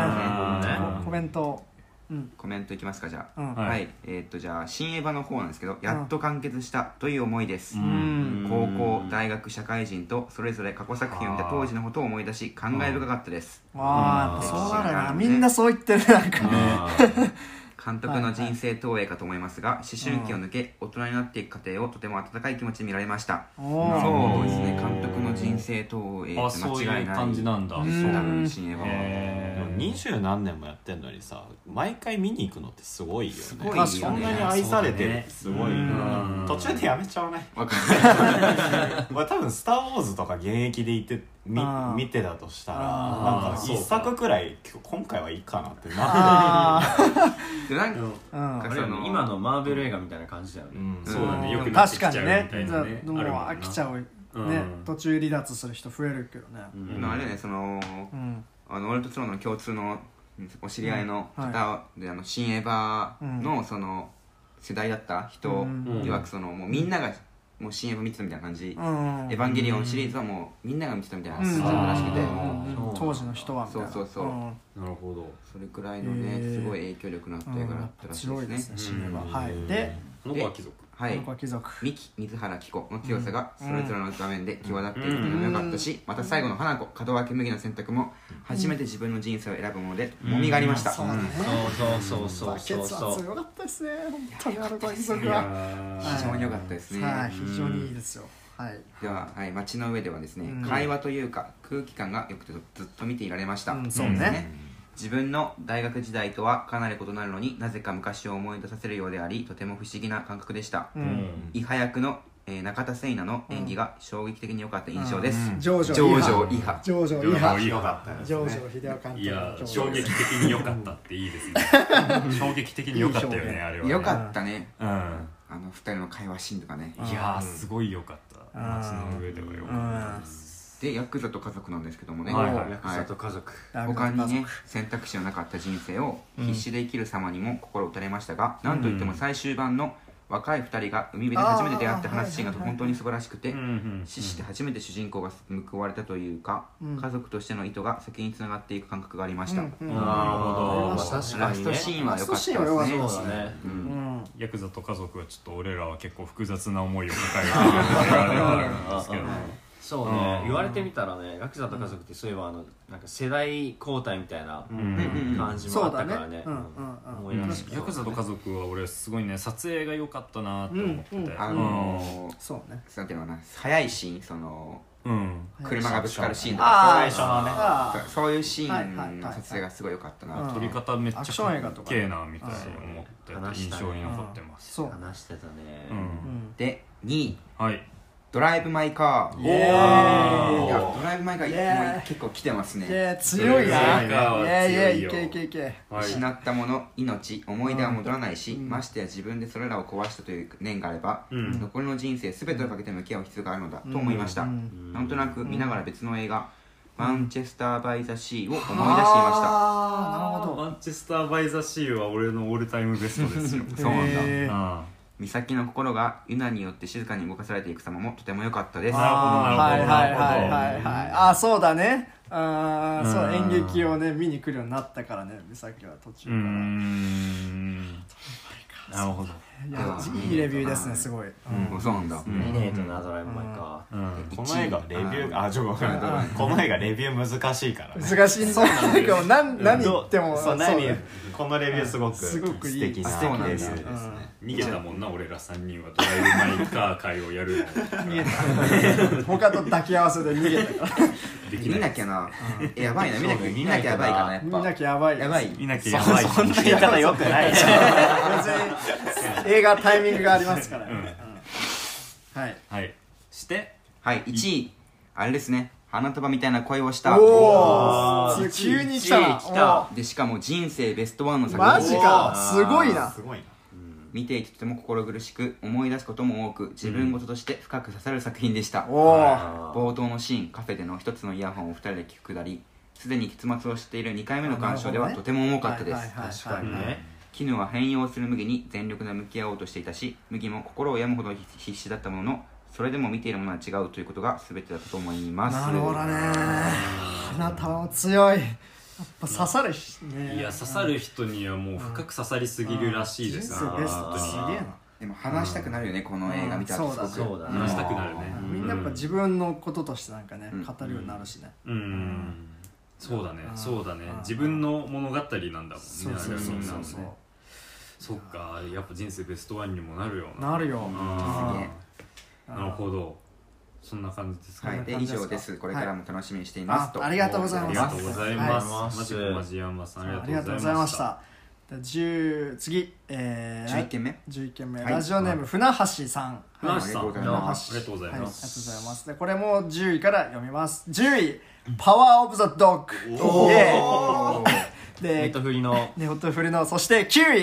A: あー
C: コメントうん
B: コメントいきますかじゃあ、
C: うん
A: はい
B: はい、えーっとじゃあ新エヴァの方なんですけどやっと完結したという思いです、
C: ん
B: 高校大学社会人とそれぞれ過去作品を見た当時のことを思い出し感慨深かったです
C: まあやっぱそうなるなみんなそう言ってるなんか
E: あ
B: 監督の人生投影かと思いますが思春期を抜け大人になっていく過程をとても温かい気持ちで見られました
C: お
A: そ
C: ー
B: そうですね監督の人生投影
A: あ
B: って
A: そう
B: 間
A: い
B: 違いうない
A: 感じなんだ
B: 多
C: んそう
B: 分新エヴァは
A: へー
D: 二十何年もやってんのにさ毎回見に行くのってすごいよね
B: すごい
C: よね
D: そんなに愛されてるってすごいよね
A: うん
D: 途中でやめちゃわない
B: わかんない
D: 俺多分「スター・ウォーズ」とか現役でいてみ
C: あー
D: 見てたとしたら
C: あ
A: ー
D: なんか一作くらい今回はいいかなってな
C: あ
B: でなんか
C: ーうん
E: れだよね今のマーベル映画みたいな感じだよ
D: る、う
E: ね
D: ん、
A: そうだねよくなってき
C: 確
A: ち
C: か
A: ゃうみ
C: に
A: た
C: ね
A: い
C: じゃ
A: な
C: あ
A: ね
C: もう
A: あるもんな
C: 飽きちゃうね
A: うん
C: 途中離脱する人増えるけどね
E: うん
B: あれねその
C: うん
B: あの俺と妻の共通のお知り合いの方
C: うん
B: で、あの新エヴァのその世代だった人
C: うん
B: いわくそのもうみんながもう新エヴァ見てたみたいな感じ、
C: うん
B: エヴァンゲリオンシリーズはもうみんなが見てたみたいな
C: うん
B: 感じだらしくて、
A: うん
C: うん当時の人はみたいな
B: そうそうそう
C: うん
A: なるほど
B: それくらいのね、
C: へー
B: すごい影響力のあった映画だったらしい
C: 強い
B: で
C: ですす
B: ね
C: ね、シネマ。
A: うん
C: はい。で、
A: あの子は貴族
B: はい
C: 僕は貴族。
B: ミキ水原希子の強さがそれぞれの場面で際立っているのも良かったし、また最後の花子門脇麦の選択も初めて自分の人生を選ぶもので重みがありました、
C: そうだね。
E: そうそう
C: バケツ
E: そうそう
C: は
E: そう
C: 強かったですね。本当にあの貴族
A: いや
C: は。
A: ー
B: 非常に良かったですね、
C: はい、非常にいいですよ。はい。
B: では、はい、街の上ではですね、
C: うん
B: 会話というか空気感がよくてずっと見ていられました、
C: うんそうね
B: です自分の大学時代とはかなり異なるのになぜか昔を思い出させるようでありとても不思議な感覚でした、
C: う。
A: うんん
B: イハ役の、えー中田聖奈の演技が衝撃的に良かった印象です、
A: うん
C: ジョジ
B: ジョ
C: ョ
B: ージョ
C: イ
B: イハ
C: ハ。ジョジョイ
A: いや
C: ハ。
A: いや
D: かったよ
C: ジョジョ秀夫監督。
A: いや
C: ジョージョ
A: 衝撃的に良かったっていいですね衝撃的に良かったよ
C: いい表
A: ね
C: 現
A: あれはね
B: 良かったね
A: うん
B: あの二人の会話シーンとかね
A: いやーすごい良かった
C: うん
A: 街の上では良かったです
B: でヤクザと家族なんですけどもね、
A: はいはい
E: ヤクザと家族
C: ダークナ
B: 他
C: イト
B: に
C: 家
B: ね
C: 族
B: 選択肢のなかった人生を必死で生きる様にも心打たれましたが、なんといっても最終版の若い2人が海辺で初めて出会って話すシーンが本当に素晴らしくて
A: うんうん
B: 死して初めて主人公が報われたというか、
C: うん
B: 家族としての意図が先につながっていく感覚がありました、
C: うんうん
E: なるほど
C: ありました
E: 確
C: ね
B: ラ
E: か
B: ス
E: に
B: ト
E: ね
B: シーンは良かったですね
C: ラストシーンは良か
E: そうだね
B: うん
C: うん。
A: ヤクザと家族はちょっと俺らは結構複雑な思いを抱えている我々はあるんですけど
E: そうね言われてみたらねヤクザと家族ってそういえばあのなんか世代交代みたいな
A: うん
E: 感じもあったからね
C: そうだねうんうんうん
E: 思い出した
A: ヤクザと家族は俺すごいね撮影が良かったなって思ってて
C: うんうん
B: あのー
C: そうね。
B: なんていうのかな速いシーンその
A: うんうん
B: 車がぶつかるシーンと
C: あ
B: か
C: あ、
B: そう
C: あ
B: いう
C: あ
B: そういうシ
C: はいは
B: ー
C: い
B: ン
C: は
B: の
C: い
B: 撮影がすごい良かったなと、
C: うん
A: 撮り方めっち
C: アクシ
A: ゃ
C: ョン映
A: か
C: 画
A: っ
C: とか
A: け
C: ね
A: えなみたいに思って
E: 話
A: て
E: し
A: 印
E: たね
A: 象に残ってます
C: そう。
E: 話してたね
A: う
C: うんん。
B: で2位
A: はい
B: ドライブ・マイ・カー
C: イエーイ
B: いやドライブ・マイ・カー
C: イエーイ
B: もう結構来てます
C: いや
B: ね
C: 強いな。
A: 強い
C: い
A: ね
C: やいやい
A: 強い
C: け
A: よ
C: いけいけ。
A: はい
B: 失ったもの命思い出は戻らないし、
C: うん
B: ましてや自分でそれらを壊したという念があれば、
A: うん
B: 残りの人生全てをかけて向き合う必要があるのだと思いました、
C: うん
B: なんとなく見ながら別の映画、マンチェスター・バイ・ザ・シーを思い出していました
C: ああなるほ
A: マンチェスター・バイ・ザ・シーは俺のオールタイムベストです よ
C: ど
B: そうなんだ
C: へー
A: あ
B: 美咲の心がユナによって静かに動かされていく様もとても良かったです
C: は
A: ないるほど
C: はい
A: な
C: は
A: る
C: い
A: ほど
C: はいはいあそうだねあー
A: うん
C: そう演劇をね見に来るようになったからね美咲は途中
A: ーうー
C: から
A: んなるほど
C: いやいいレビューですねすごい、
B: うんそうなんだ、
E: 見ねえとなドラえもんか
A: うん
D: この映画レビューあちょっとごめん
C: あ
D: この映画レビュー難しいからね
C: 難しいそうなんかもう何何言
D: ど
C: っても
D: そう
C: だ
D: 何
C: よ
D: このレビューすごく
C: すごくいい
D: 素敵な
B: 素敵なんだ
D: レビューですね
A: 逃げたもんな俺ら3人はドライブ・マイ・カー会をやるの
C: 逃げた他と抱き合わせで逃げたから
A: でき
B: 見
A: な
B: ないきゃな、えやばいな見なきゃ
E: そうね
B: 見なきゃやばいかなやっ
C: 見
B: ぱ
C: なきゃやばい
B: やばい
A: 見なきゃやばい
D: そんな言い方よくない
C: 別に映画タイミングがありますから、うんはい
A: はいして
B: はい1位あれですね花束みたいな恋をした
C: お
D: ー
C: お急に来たな
E: 一位来た
B: でしかも人生ベストワンの
C: おー
B: 作品
C: マジかすごいな
D: すごいな
B: 見ていてとても心苦しく思い出すことも多く自分事として深く刺さる作品でした、
C: おお
E: あー
B: 冒頭のシーンカフェでの一つのイヤホンを二人で聞くくだりすでに結末を知っている2回目の鑑賞では
C: なる
B: と
C: ほ
B: ても重かったです、
C: 確
E: 確かにね
B: 絹は変容する麦に全力で向き合おうとしていたし麦も心を病むほど必死だったもののそれでも見ているものは違うということが全てだったと思います
C: なるほどね花束も強いやっぱ刺さるしね
A: いや刺さる人にはもう深く刺さりすぎるらしいです
C: 人生ベスト
A: 本
C: っ
A: 当
C: てす
A: に
C: げえな
B: でも話したくなるよね、この映画見た
C: う
B: 後
C: ん
B: すごく
E: そうだね
A: 話したくなるね
C: みんなやっぱ自分のこととしてなんかね
B: うん
C: 語るようになるしね
A: うんそうだね
C: うん
A: そうだね
C: うん
A: 自分の物語なんだもんね
C: そうそうそうそうそう
A: あれはみんなのねそっかやっぱ人生ベストワンにもなるよな
C: なるよ
A: あ
B: すげえ
A: ーなるほどそんな感じですか
B: は
A: ね
B: い、
C: こんな感
B: で以
C: じですか
B: 上ですこれからも楽しみにしています
C: あ
B: と
C: ありがとうござい
A: あ
C: ま
A: り
C: す
A: がとうございます、
E: はい
A: マジコマジヤンマさんあ
C: あ
A: り
C: り
A: が
C: が
A: とうご
C: とうご
A: ざ
C: ざ
A: い
C: い
A: ま
C: ま
A: し
C: したたで10次えー
B: 11件目
C: 11件目
B: はい
C: ラジオネーム船橋さん
A: 船橋
B: あり
A: さん
B: がとうございます
A: ありがとうござい
C: はい、あり
A: ま
C: がとう
A: す、
C: ございます。で、これも10位から読みます。10位、パワーオブザドッグ。イ
B: おー
C: エーイで、
E: ネットフリの
C: ネホットフルの、そして9位、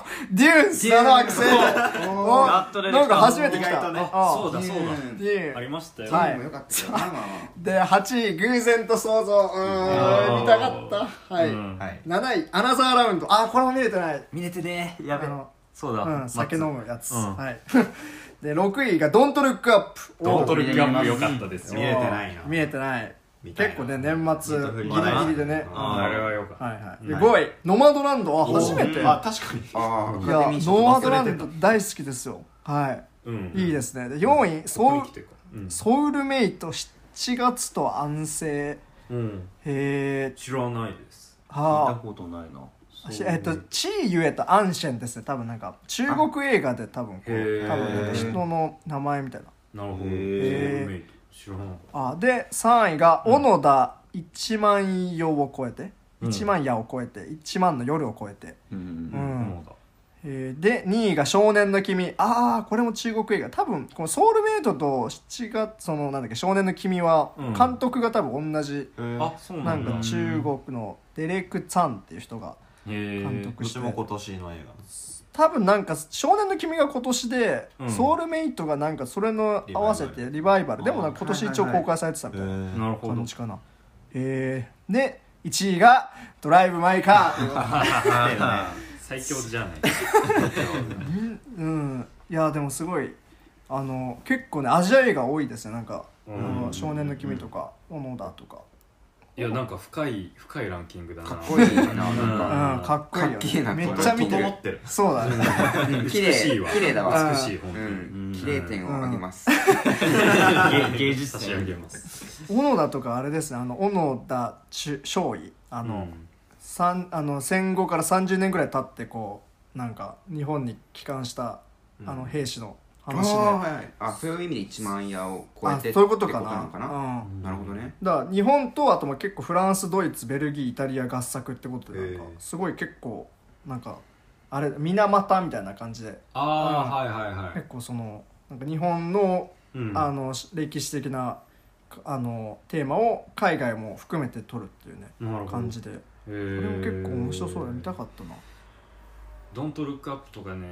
C: デューン砂の惑星。お
E: やっと出てきた
C: なんか初めて来た。
E: 意外とね
C: あ
A: そうだそうだ、
B: うん
C: デュ
A: あ
C: ーン。
A: りましたよ、
C: はい
B: でもよかったよまあまあまあ
C: で、8位、偶然と想像。うー
A: うん
C: ん、見たかった。はい。
A: うん
D: はい
C: 7位、アナザーラウンド。あ、これも見れてない。
E: 見れてねやべ
C: あの
E: そうだ
C: うん、酒飲むやつ。
E: うん
C: はい。 で、6位がドントルックアップ。
A: ドント
C: ル
A: ルガンも良かったですよ
D: 見れてないな
C: 見えてない。
D: 見たいな
C: 結構ね、年末、
E: ネットフ
C: ギ
E: リ
C: リ
E: だな
C: ギリでね。
A: あーあれは良かった、
C: はいはい、で5位、ノマドランドは初めて、
D: あ確かに
B: あ
C: い
B: あ
C: やノマドランド
B: ド
C: 大好きですよは
A: うん
C: い、いいですねで4位ソウ
A: ここに来てかうん
C: ソウルメイト7月と安静
A: うん、
C: へー
A: 知らないです
E: 見た
C: は
E: ことないな
C: あえっと「地位ゆえとアンシェン」ですね多分なんか中国映画で多分こう
A: へー
C: 多分なんか人の名前みたいな
A: なるほど
D: へ
C: ー
A: メイト知らなかっ
C: あで3位が小野田1万夜を超えて1万夜を超えて1万の夜を超えて
B: うん
A: た、
C: うん
A: そうだ
C: えーで2位が「少年の君」ああこれも中国映画多分このソウルメイトと7月そのなんだっけ少年の君は
A: うん
C: 監督が多分同じ、
A: あそうな
C: なんん
A: だ
C: か中国のデレク・ツァンっていう人が監
A: 監
C: 督
D: どっ
C: し
D: ち
C: て、
D: も今年の映
C: 多分なんか「少年の君」が今年で、
A: うん
C: ソウルメイトがなんかそれの合わせてリバイバルでもなんか今年一応公開されてたみたいな
D: 画
A: なるほど
C: 感じかな、えーで1位が「ドライブ・マイ・カー」
A: 最強じゃない
C: うんいやでもすごいあの結構ねアジア映画多いですよなんか「
A: うん
C: あの少年の君」とか「小野田」とか、
A: いやなんか深い深いランキングだな
B: かっ こいいななん
C: う
B: か
A: あー
C: ん、かっこいいよ、
B: かっけえな
C: ね、めっ
B: こ
C: ち
B: れ
C: ゃ見て
B: 整
C: る
B: っ
D: ってる
C: そうだね
B: 綺
A: 美しいわ
B: 麗綺麗だわ
C: あ
A: 美しい本
B: う
A: 当に
B: ん綺麗点をあげます
E: 芸芸術
A: 差
E: 点
A: し上げます
C: 小野田とかあれですねあの小野田中少尉あ
A: あ
C: の,、三あの戦後から30年ぐらい経ってこうなんか日本に帰還したあの兵士の
B: あ
C: 話で、
B: ーはいはいあそういう意味で1万夜を超え
C: あ
B: てって
C: そういうことかな
B: のかな
C: うん
B: なるほどね
C: だから日本とあとも結構フランスドイツベルギーイタリア合作ってことでなんか
D: へえ
C: すごい結構なんかあれ水俣みたいな感じで
A: あーはいはいはい
C: 結構そのなんか日本の,、
A: うん
C: あのし歴史的なかあのテーマを海外も含めて撮るっていうね
A: なるほど
C: 感じでこ
A: これ
C: れも結構面白そうで見たかったな
A: ドントルックアップとか
C: う
A: ね、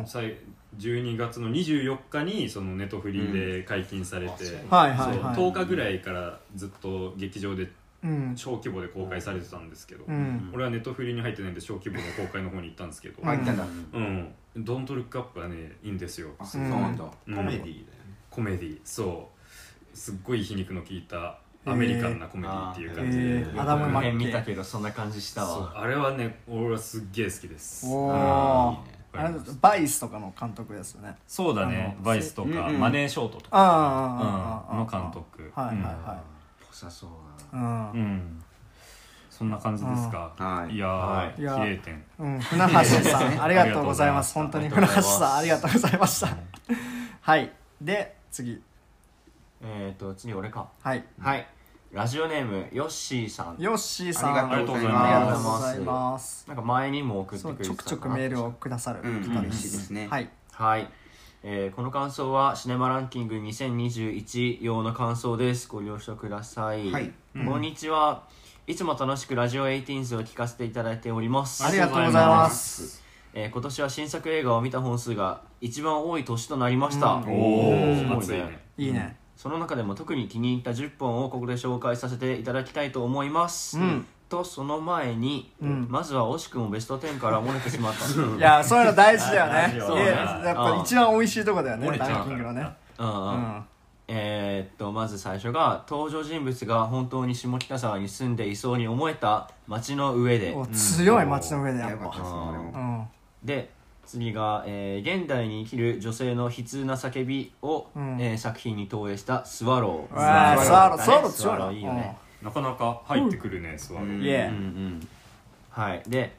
C: ん
A: 最12月の24日にそのネットフリーで解禁されて、
D: うん
C: はいはいはい
A: そう10日ぐらいからずっと劇場で
C: うん
A: 小規模で公開されてたんですけど、
C: うん
A: 俺はネットフリに入ってないんで小規模の公開の方に行ったんですけど、
C: うん
B: あ行ったんだ
A: うん「ドントルックアップがねいいんですよ
B: あそうなんだ
A: うん
D: コメディーだよね
A: コメディそうすっごい皮肉の効いたアメリカンなコメディっていう感じで、
C: えーアダム・
E: この
C: マッケ
E: 辺見た
C: ン
E: けどそんな感じした
A: そう
E: わ
A: あれはね俺はすっげえ好きです
C: お
A: うん
C: おあれだとバイスとかの監督ですよね
A: そうだね
C: あの
A: バイスとか、
B: うんうん
A: マネーショートとか
C: あーあーあーあー
A: うんの
C: あー
A: 監督
C: はいはい
E: ぽさそう
C: はいうん
A: うん、うんそんな感じですか、
B: はい
A: いやー、
E: はい
C: いやー
A: 綺麗点
C: うん、船橋さ ん、ありがとうございます。
A: あり
C: 本当に
E: とうござい
C: 船橋
E: ます
C: さん、ありがとうございました。はい、で、次、
E: だなえっと次俺か
C: はい、
E: はいラジオネームヨッシーさん
C: ヨッシーさん、
B: ありがとうござい
A: ます
C: ありがとうございます。
E: なんか前にも送って
C: そ
E: く
C: う、
E: れてた
C: ちょ
E: か
C: く
E: な
C: ちょくメールをくださる
B: うん
C: 方
B: 嬉
C: で。
B: しいですすね
C: はい、
E: はい、えーこの感想はシネマランキング2021用の感想ですご了承ください、
B: はい
E: こんにちはいつも楽しくラジオ18を聞かせていただいております
C: ありがとうございま
A: あ
C: す。
E: えー今年は新作映画を見た本数が一番多い年となりました、
C: う
A: お
C: ん
E: す
A: ー
E: ご
A: 熱いね
C: いいね。
E: その中でも特に気に入った10本をここで紹介させていただきたいと思います、
C: うん
E: とその前に、
C: ん
E: まずは惜しくもベスト10から漏れてしまった、うんうん
C: いや、そういうの 大事だよね。
A: 大
C: い
A: 事
C: や
A: よ
C: やっぱ一番美味しいとこだよ
A: 折
C: ね、
A: れちゃう
C: ラン
A: か
C: キ
A: ら
C: ングのね。う
E: うん
C: ん、
E: えーっとまず最初が登場人物が本当に下北沢に住んでいそうに思えた街の上で
C: お強い街の上でやっ
B: よかったで
C: ぱ。
B: すね俺も
C: うん、
E: で次が、えー現代に生きる女性の悲痛な叫びを、
C: うん
E: えー作品に投影した「スワロー」
C: うわースワロー、スワロー
E: スワロ
C: 強
E: ー
C: い
E: いいよね、
A: なかなか入ってくるね、スワロー
C: いえ
E: うんうんはいで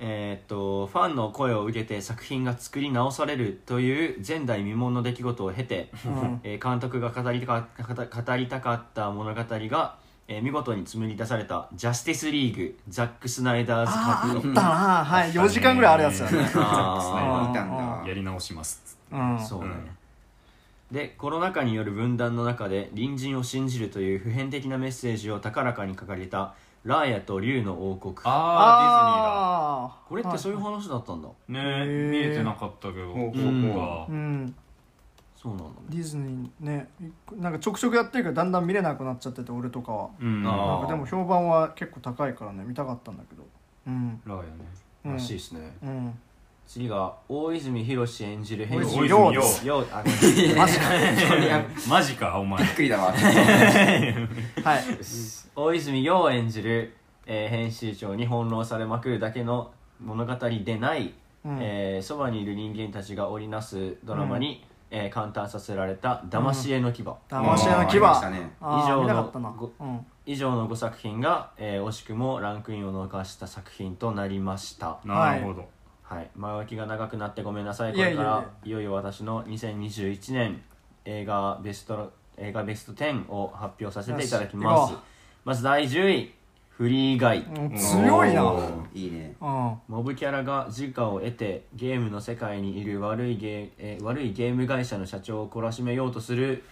E: えーっとファンの声を受けて作品が作り直されるという前代未聞の出来事を経て、
C: うん
E: えー監督が語りたか語りたかった物語が、えー見事に紡ぎ出された「ジャスティスリーグザック・スナイダーズ
C: あーあ
E: カ
C: っ
E: ッ
C: た
E: ト
C: なはい4時間ぐらいあるやつだ ね
E: あ
B: 見たん
C: あ
B: だ
A: やり直します
C: うん」
E: そうね、でコロナ禍による分断の中で隣人を信じるという普遍的なメッセージを高らかに掲げた「ラーヤと竜の王国」
A: あ
C: あ
E: これってそういう話だったんだ、
A: ーディズニーだね
C: へー
A: 見えてなかったけど
B: ほう
E: ほう
A: そ
C: ーうん
E: そうなんだね
C: ディズニーねなんかちょくちょくやってるけどだんだん見れなくなっちゃってて俺とかは
A: うかうん
E: あー
C: なんかでも評判は結構高いからね見たかったんだけどうん
A: ラーヤね
C: うん
E: らしいですね
C: うん
E: 次が大泉洋演じる編
C: 大
E: 集
C: 泉
E: 長
C: 洋
A: 洋
C: です
E: ようあごめんなさい
C: マジか
A: マジかお前
B: びっくりだ
C: は
B: わ
C: い
E: 大泉洋演じる、えー編集長に翻弄されまくるだけの物語でない、
C: うん
E: えーそばにいる人間たちが織りなすドラマに、えー感嘆させられた「騙し絵の牙」
C: 騙し屋の牙
B: ありましたね
C: あー
E: 以上の
C: 見なかったな
E: ご
C: うん
E: 以上の5作品が、えー惜しくもランクインを逃した作品となりました、
A: なるほど、
E: はい、前置きが長くなってごめんなさい
C: い
E: こ
C: やいや
E: れ
C: いや
E: からいよいよ私の2021年映画ベスト映画ベスト10を発表させていただきま
C: よし
E: す
C: 行こ
E: まず第10位フリーガイ、
C: うん 強いな
B: お
C: う
B: ーいいね
C: ん
E: モブキャラが時価を得てゲームの世界にいる悪いゲー、えー悪いゲーム会社の社長を懲らしめようとする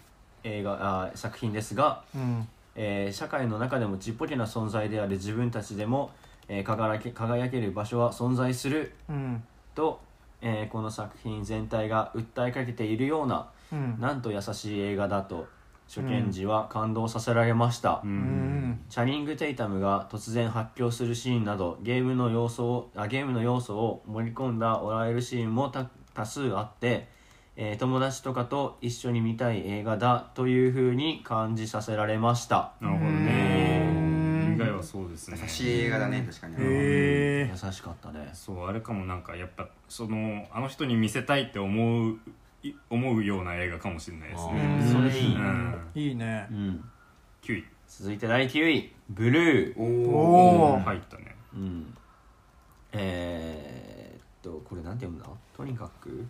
E: 映画あー作品ですが、
C: うん
E: えー社会の中でもちっぽけな存在である自分たちでも、えー輝け輝ける場所は存在する
C: うん
E: と、えーこの作品全体が訴えかけているような
C: うん
E: なんと優しい映画だと初見時は感動させられました、
A: う
C: うんん
E: チャリング・テイタムが突然発狂するシーンなどゲームの要素をあゲームの要素を盛り込んだおられるシーンもた多数あって、えー友達とかと一緒に見たい映画だというふうに感じさせられました
A: なるほど
C: うん
A: ね以外はそうですね
B: 優しい映画だね確かに
C: へえ
E: 優しかったね
A: そうあれかもなんかやっぱそのあの人に見せたいって思うい思うような映画かもしれないですね
C: うん
E: それいい、
A: うん
C: いいね
E: うん
A: 9位
E: 続いて第9位ブルー、
B: お
C: お
B: お
C: ー
A: 入ったね
E: うん、えー、っとこれなんて読むんだとにかく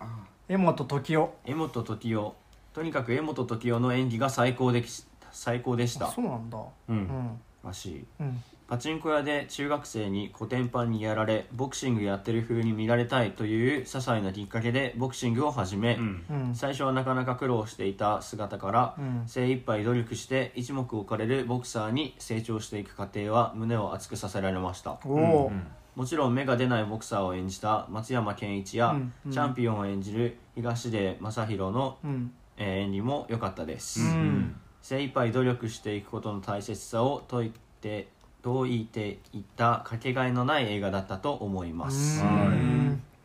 C: 江本時生
E: 江本時生とにかく江本時生の演技が最高できし最高でし
C: あ
E: た
C: そうなんだ
A: う
C: うんん
E: らしい
C: うん
E: パチンコ屋で中学生にコテンパンにやられボクシングやってる風に見られたいという些細なきっかけでボクシングを始め、
A: うん
C: うん
E: 最初はなかなか苦労していた姿から、
C: うん
E: 精一杯努力して一目置かれるボクサーに成長していく過程は胸を熱くさせられました
C: おお
A: うん
E: もちろん目が出ないボクサーを演じた松山ケンイチや、
C: うんうん
E: チャンピオンを演じる東出昌大の、
C: うん
E: えー演技も良かったです、
C: うん
E: 精一杯努力していくことの大切さを説いてどう言っていったかけがえのない映画だったと思います
C: うーん
A: はい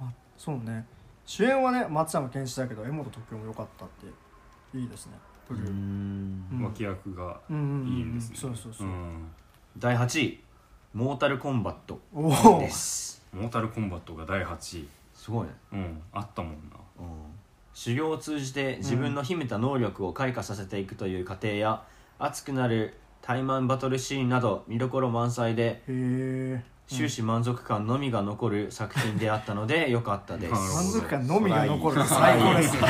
C: まあそうね主演はね松山ケンイチだけど柄本時生も良かったっていいですねブルー
E: うん
C: うん
A: 脇役が
C: うんうんうん
A: いいんですね
C: そうそう
A: う
C: そう、
A: ん
E: 第8位「モータルコンバット
C: おお」
E: です
A: モータルコンバットが第8位
E: すごいね、
A: うんあったもんな
E: うん、修行を通じて自分の秘めた能力を開花させていくという過程や熱くなるタイマンバトルシーンなど見どころ満載で
C: へえ
E: 終始満足感のみが残る作品であったの で良かったです、
A: うん
C: 満足感のみが残る最高ですね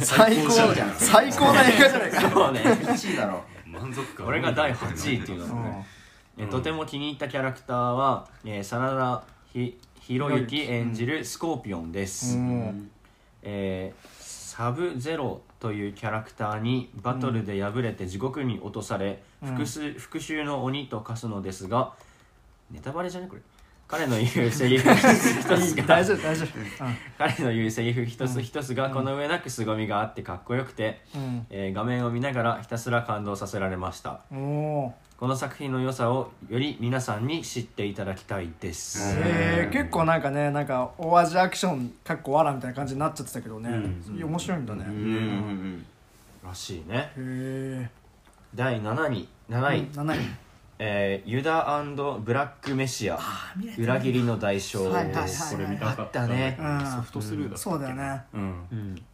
C: 最高
B: 最高じゃん
C: 最高な映画じゃないか、
E: そうね
B: 1位だろ
A: 満足感
E: これが第8位っていうの
C: う
E: はね
C: ん
E: えーとても気に入ったキャラクターは、えー、真田ひ弘之演じるスコーピオンです、
C: うん
E: えーサブゼロというキャラクターにバトルで敗れて地獄に落とされ、
C: うん
E: 複数復讐の鬼と化すのですがネタバレじゃねこれ彼の言うセリフ一つ一つが
C: 大丈夫大丈夫
E: 彼の言うセリフ一つ一つがこの上なく凄みがあってかっこよくて、
C: うん、
E: えー画面を見ながらひたすら感動させられました
C: うん、おお
E: この作品の良さをより皆さんに知っていただきたいです、
C: えー、結構なんかねなんか大味アクションかっこわらみたいな感じになっちゃってたけどね、
A: うん
C: いや面白いんだね、
B: う
C: へ
B: んうん
E: らしいね
C: え
E: 第7位7位、
C: 7位
E: えーユダブラックメシア裏切りの代償
C: はいはいはい
E: です
A: これ見たかっ
E: あった
A: た
E: ね
C: うん
A: ソフトスルーだったっけ
C: そうだよね
A: うん
E: うん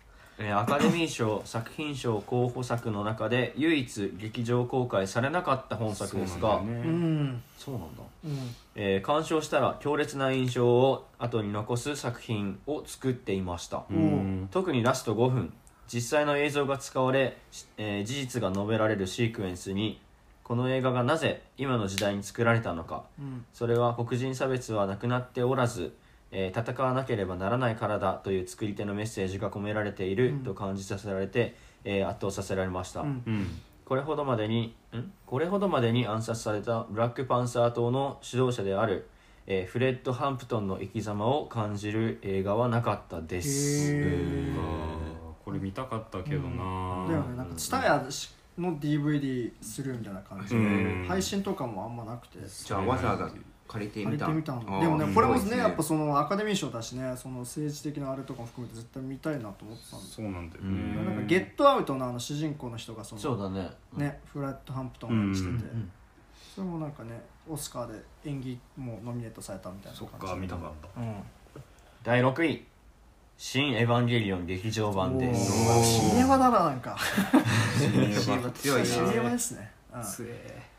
E: えーアカデミー賞作品賞候補作の中で唯一劇場公開されなかった本作ですが
A: そうなんだよ
C: う
A: ね
C: ん
E: そうなんだ、
C: うん
E: えー鑑賞したら強烈な印象を後に残す作品を作っていました、
A: うん
E: 特にラスト5分実際の映像が使われ、しえー事実が述べられるシークエンスにこの映画がなぜ今の時代に作られたのか
C: うん
E: それは黒人差別はなくなっておらず、えー戦わなければならないからだという作り手のメッセージが込められている
C: うん
E: と感じさせられて、えー圧倒させられました、
C: うん
A: うん
E: これほどまでにんこれほどまでに暗殺されたブラックパンサー党の指導者である、えーフレッド・ハンプトンの生き様を感じる映画はなかったで
C: へ
E: す
A: あ
C: え
A: ーこれ見たかったけどな
C: だよねなんか蔦屋の DVD するみたいな感じで、
A: うん
C: 配信とかもあんまなくて
B: じゃあわざわざ借りて
C: 借
B: み
C: り
B: た
C: てみたの
B: あー
C: でもねこれも
B: すご
C: ね
B: い
C: やっぱそのアカデミー賞だしねその政治的なあれとかも含めて絶対見たいなと思ってたんで
A: そうなんだよ
E: うん
A: ね
C: なんかゲットアウトのあの主人公の人がその
E: そうだね
C: ね、フラットハンプトンがしてて、
A: うん
E: ん
C: それもなんかねオスカーで演技もノミネートされたみたいな
A: そ
C: 感
A: っ
C: じ
A: か見たかっ
C: うん、
E: 第6位「新エヴァンゲリオン劇場版」です
C: おーシネワだななんか
A: た
B: シネバ強いな
C: シネワですね、うん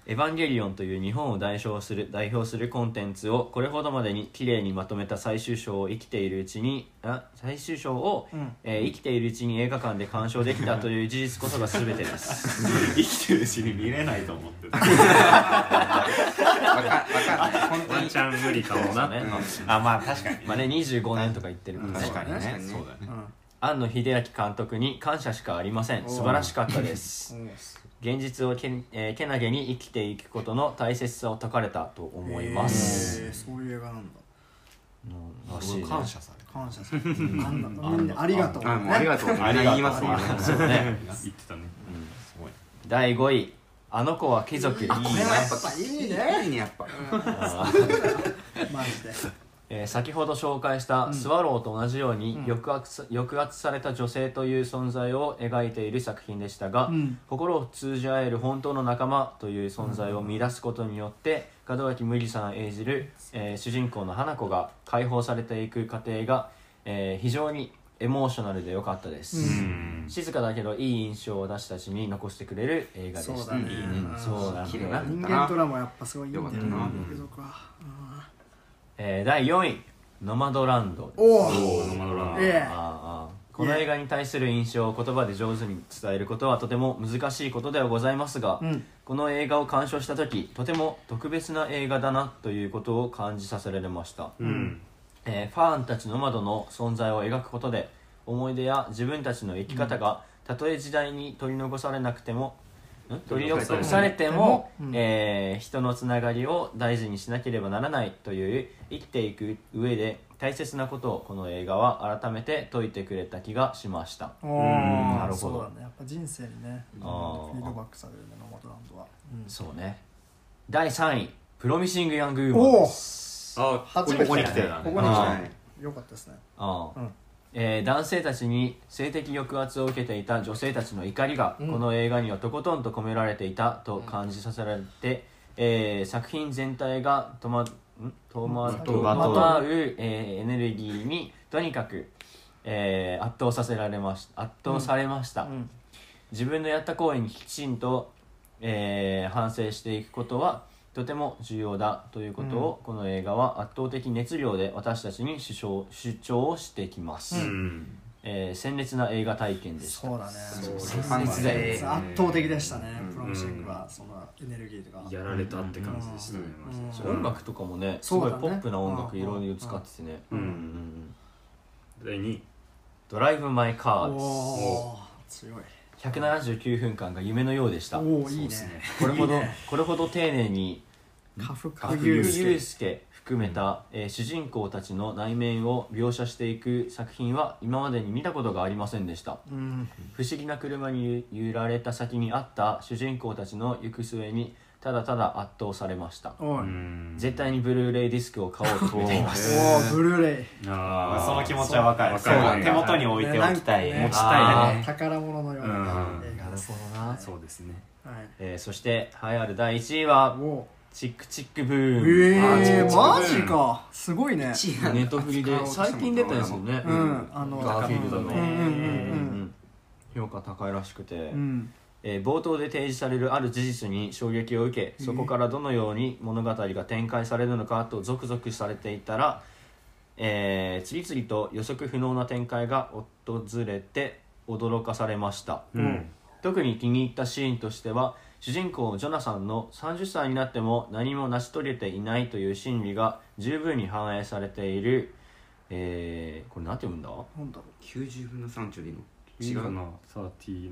E: エヴァンゲリオンという日本を代表する代表するコンテンツをこれほどまでに綺麗にまとめた最終章を生きているうちにあ最終章を、
C: うん
E: えー生きているうちに映画館で鑑賞できたという事実こそが全てです
A: 生きてるうちに見れないと思ってた
B: わかわかんない本当
A: ワン
B: に
A: チャン無理かも
E: そ
A: な
E: うね、
D: あまあ確かに
E: まあね25年とか言ってるからね
B: 確かにね
D: そうだね
E: 庵野秀明監督に感謝しかありません素晴らしかった です
C: うん
E: 現実をけ,、えーけなげに生きていくことの大切さを説かれたと思います、
C: へーそういう映画なんだ
E: うんらしいね
D: 感謝され
C: 感謝するなんだみんなありがとう
B: あもうありがとうみんな言いますもんね
E: そうね
A: 言ってたね
D: すごい
E: 第5位「あの子は貴族」
B: いいねやっぱ
C: いいね
B: いいねやっぱ
C: マジで
E: えー先ほど紹介したスワローと同じように抑圧,、抑圧された女性という存在を描いている作品でしたが、
C: うん
E: 心を通じ合える本当の仲間という存在を見出すことによって門脇麦さん演じる、えー主人公の花子が解放されていく過程が、えー非常にエモーショナルで良かったです、
A: うん
E: 静かだけどいい印象を私たちに残してくれる映画でした
C: そうだね
E: うんそうなんだ
B: 綺麗な
C: 人間ドラマやっぱすごいいいんだよ
B: よか
C: な
B: ったな
C: 継続は
E: えー第4位「ノマドランド」
C: おお
A: おーノマドラン
C: ええ
E: ああこの映画に対する印象を言葉で上手に伝えることはとても難しいことではございますが、
C: うん
E: この映画を鑑賞した時とても特別な映画だなということを感じさせられました、
A: うん
E: えーファンたちノマドの存在を描くことで思い出や自分たちの生き方が、たとえ時代に取り残されなくてもん取り残されても、
C: うん
E: えー人のつながりを大事にしなければならないという生きていく上で大切なことをこの映画は改めて解いてくれた気がしました
C: お
A: ん
E: なる
C: ー
E: ほど
C: そうだねやっぱ人生にねフ
E: あー
C: ィードバックされるねノマドランドはうん
E: そうね第3位「プロミシング・ヤング・ウーマン」
C: お
E: で
C: お
E: す
A: あ
C: 初め
D: こ
C: て
D: こに来て
C: こ
D: だ
C: こ
E: あ
C: に
D: ね
C: 来
D: ー
C: てよかったですね
E: ああ
C: うん
E: えー男性たちに性的抑圧を受けていた女性たちの怒りが、
C: うん
E: この映画にはとことんと込められていたと感じさせられて、えー作品全体がとまんとまと
D: まとう
E: まう、えーエネルギーにとにかく、えー圧倒させられまし圧倒されました、
C: うん
E: 自分のやった行為にきちんと、えー反省していくことはとても重要だということを、この映画は圧倒的熱量で私たちに主張主張をしてきます、
A: うん
E: えー鮮烈な映画体験でした
C: そうだね
A: そうです
B: ね
C: 熱圧倒的でしたね
B: うん
C: プロミシングはそのエネルギーとか
A: やられたって感じでしたね
C: うん
A: マジで
E: 音楽とかもねす
C: そ
E: ご
C: う
E: い
C: だ
E: ポ
C: ね
E: ップな音楽
C: うん
E: いろいろ使っててね、
A: うん
E: うんうんうん
A: 第2位
E: ドライブ・マイ・カー」です
C: おー強い
E: 179分間が夢のようでした
C: おおいい
A: そうっす
C: ね
A: ね
E: これほど
C: いいね
E: これほど丁寧に
C: 家福
A: 家福
E: ユ
A: 祐介
E: ウスケ含めた、えー主人公たちの内面を描写していく作品は今までに見たことがありませんでした
C: うん
E: 不思議な車に揺られた先にあった主人公たちの行く末にただただ圧倒されました
C: おい
E: 絶対にブルーレイディスクを買おうと決めています
C: おーブルーレイ
A: あー
D: その気持ちはわかる
A: そうわかる
D: 手元に置いておきたい、
C: ね
D: 持ち
E: あー
D: たいね
C: 宝物のよう な
A: うん
C: 映画です
E: な
A: そうですね
C: はい
E: えーそして栄えある第1位
C: お
E: は
C: お
E: チックチックブー
C: え
E: ム、
C: え
A: あ
C: マジかすごいね
E: ネットフリで最近出たやつもね、
C: うんあの
E: ガーフィールドの、
C: うんうんうん
E: うん評価高いらしくて、
C: うん
E: えー冒頭で提示されるある事実に衝撃を受けそこからどのように物語が展開されるのかとゾクゾクされていたら、えー次々と予測不能な展開が訪れて驚かされました
A: うん
E: 特に気に入ったシーンとしては主人公ジョナサンの30歳になっても何も成し遂げていないという心理が十分に反映されている、えーこれ何て読むんだ
C: なんだろ
B: 90分の3ちょいの
A: 違
B: 違
A: う
B: う
A: な3090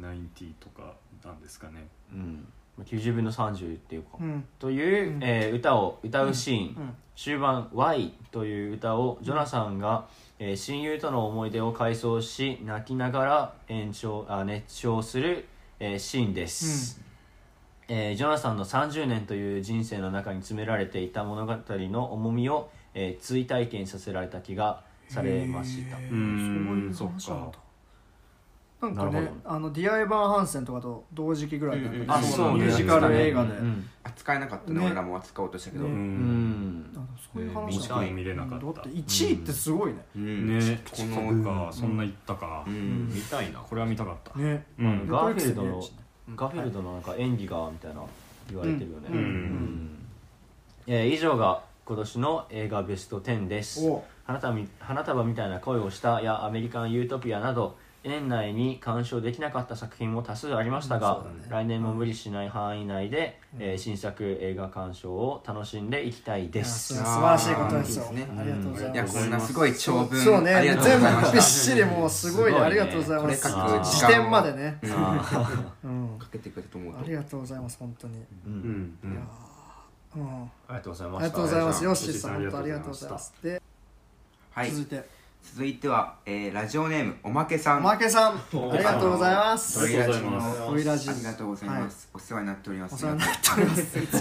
A: とかなんですかね
E: うん、90分の30っていうか、
C: ううん
E: という、
C: うん
E: えー歌を歌うシーン、
C: うん
E: 終盤「Y」という歌をジョナサンが、えー親友との思い出を回想し泣きながら延長あ熱唱する、えーシーンです、えージョナサンの30年という人生の中に詰められていた物語の重みを、えー追体験させられた気がされました
C: へー
A: うん
C: そういう話なん
A: そっ
C: だ
A: か
C: なん
E: な
C: か
E: る
C: ね
E: ほど
C: あのディア・エヴァン・ハンセンとかと同時期ぐらいだったけど
E: あそう
C: ミ
E: ね
C: ュージカル映画で
E: う
C: あ
E: ん
B: 扱えなかったね
C: ね
B: 俺らも扱おうとしたけど
C: ね
A: う
E: うん
A: ん
C: のそういう
A: 見
C: 話
A: し
C: だ
A: かも見れなかっ
C: だったて1位ってすごいね
B: うん
A: ねこ
B: こ
A: の
B: の
A: かそんな言ったか
B: うん
D: 見たいな
A: これは見たかった
C: ね
A: うん
E: ガーフィールド
C: ネットフリック
E: の
C: スで
E: ガーフィールドのなんか演技がみたいな言われてるよね、
C: うんうん
E: えー以上が今年の映画ベスト10です
C: お
E: 花束み花束みたいな恋をしたやアメリカン・ユートピアなど年内に鑑賞できなかった作品も多数ありましたが、
C: うんそうだね
E: 来年も無理しない範囲内で、えー新作映画鑑賞を楽しんでいきたい
C: い
E: で
C: や
E: す
C: 素晴らしいことですよ
B: いいですね
C: ありがとうござい
B: いや
C: ます
B: こんなすごい長文
C: そう
B: あり
C: ね
B: がとうご
C: 全
B: ざいま
C: 部びっ
B: し
C: しりもうすご
E: すご
C: いね
E: いね
C: ありがとうございま
B: こ
C: す
B: れ書く時間を
C: 視点までね
B: たうん
C: うん
B: かけてくれたと思う
C: あ
B: と
C: りがとうございます本当に
E: うん
A: うんうん
C: うん
E: ありがとうございま
C: あ
E: し
C: り
E: た
C: がとうございます
A: お
C: ヨ
A: 願
C: ッ
A: い
C: シ
A: します
C: ーさん本当ありがとうございますで
B: はい
C: 続いて
B: 続いてはえーラジオネームおまけさん
C: マーケさんありがとうございま
A: あ
C: す
A: りがとうございます
C: おいらじ
B: ありがとうございますすお世話になっております
C: お世話になっておりますいつも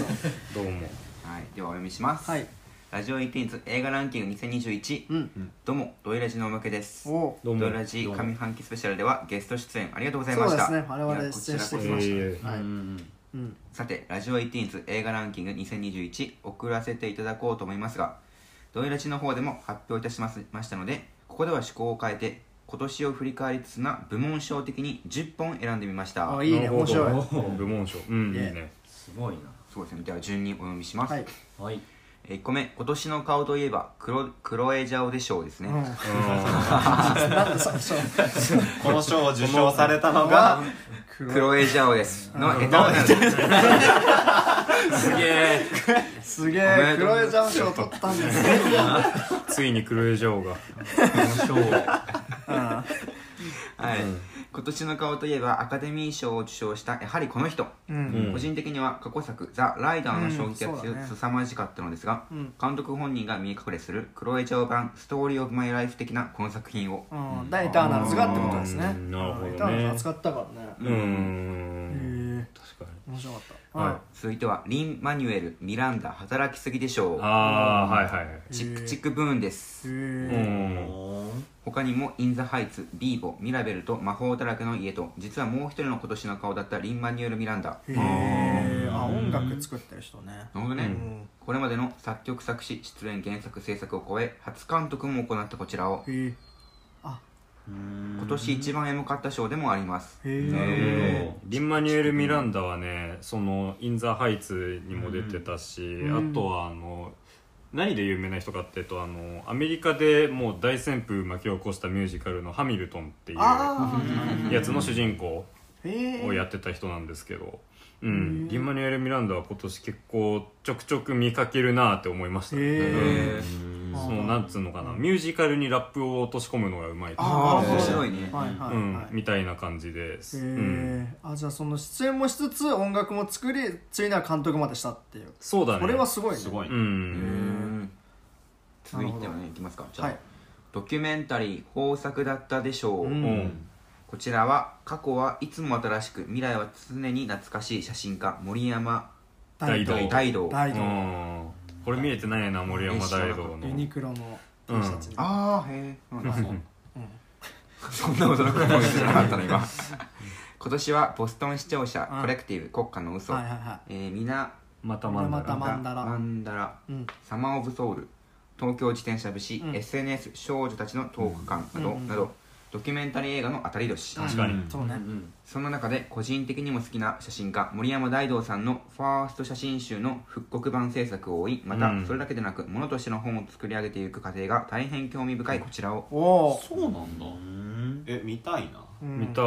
A: どうも
B: はいではお読みします
C: はい
B: ラジオイティーンズ映画ランキング2021、どうもドイラジのおまけです
C: おう
A: どうも
B: ドイラジ上半期スペシャルではゲスト出演ありがとうございま
C: そ
B: し
C: うで
B: た
C: すね我々
B: いやこちらこそ
C: 出演してきまし
A: え
C: はい
E: うん
C: うん
B: さてラジオイティーンズ映画ランキング2021送らせていただこうと思いますがドイラジの方でも発表いたしますましたのでここでは趣向を変えて今年を振り返りつつな部門賞的に10本選んでみました
C: あ
A: ー
C: いいね面白い
A: なるほど部門賞うんいい
C: ね
A: ね
E: すごい
B: そうですねでは順にお読みします、
C: はい
E: なはい
B: 1個目今年の顔といえばクロクロエジャオでしょうですね、
C: う んなんでそうそう
D: この賞を受賞されたのが
B: クロエジャオですのエターナル
E: すげえ
C: すげ
B: おめ
C: え
B: でとうご
C: 黒
B: ざい
C: い
B: ます
C: ジャン賞取ったんですね
A: ついにクルエジャオが
B: はい、今年の顔といえばアカデミー賞を受賞したやはりこの人、
C: うん
A: うん
B: 個人的には過去作「ザ・ライダー」の衝撃
C: うん
B: が
C: そうだね
B: すさまじかったのですが、
C: うん
B: 監督本人が見え隠れするクロエジャオ版「ストーリー・オブ・マイ・ライフ」的なこの作品を
C: うんでエターナルズがってことですね
A: うんなるほどね
C: エターナルズ扱ったからね
A: うん
C: へえ
A: 確かに
C: 面面白かった、はい
B: 続いてはリン・マニュエル・ミランダ働きすぎでしょう
A: ああはいはいはい
B: チクチクブーンです
A: う
C: へえ
A: ん
B: 他にもイン・ザ・ハイツビーボミラベルと魔法だらけの家と実はもう一人の今年の顔だったリン・マニュエル・ミランダ
C: へえあ音楽作ってる人ね
B: なるほどね、
C: うん
B: これまでの作曲作詞出演原作制作を超え初監督も行ったこちらを
C: へえ
B: 今年一番へ向かった賞でもあります
C: へえ
A: なるほ
E: え
A: どリンマニュエル・ミランダはねその「イン・ザ・ハイツ」にも出てたし、
C: うん
A: あとはあの何で有名な人かっていうとあのアメリカでもう大旋風巻き起こしたミュージカルの「ハミルトン」っていうや
C: ああ
A: つの主人公
C: へ
A: をや
C: え
A: ってた人なんですけど、うん、リンマニュエル・ミランダは今年結構ちょくちょく見かけるなって思いましたね、
C: へ
B: え
A: うんそのなんつうのかなミュージカルにラップを落とし込むのがうまいというか
B: あ
C: な
B: あ
C: るほど
B: 面白いね、
C: はいはい
A: うん
C: はい
A: みたいな感じです、
C: へ
A: うん、
C: えあじゃあその出演もしつつ音楽も作りついには監督までしたっていう
A: そうだね
C: これはすごいね
E: すごい、
A: う
B: うんん続い
C: な
B: て
C: る
B: は
C: ほ
B: ねいきますかじゃあ、
C: はい
B: ドキュメンタリー豊作だったでしょう、
A: うん、
B: こちらは過去はいつも新しく未来は常に懐かしい写真家森山
A: 大道
B: 大道
C: 大
A: う
C: 道
A: んこれ見えてないな森山大道の
C: ユニクロの T シャツに
B: ああへえ、うんそんな驚く思いじゃなかった の今今年はボストン視聴者
C: うん
B: コレクティブ国家の嘘、
C: はいはいは
B: えー、みな
A: またま
C: これ
A: んだ
C: また
A: ら
C: マンダラ
B: マンダラ
C: いうん
B: サマー・オブ・ソウル東京自転車節、
C: うん
B: SNS 少女たちのトーク感など、
C: うん
B: などドキュメンタリー映画の当たり年
A: 確かに
C: そうね
B: その中で個人的にも好きな写真家森山大道さんのファースト写真集の復刻版制作を追いま
A: う
B: た
A: ん
B: それだけでなくものとしての本を作り上げていく過程が大変興味深いこちらを
C: おお
D: そうなんだえ見たいな
A: 見た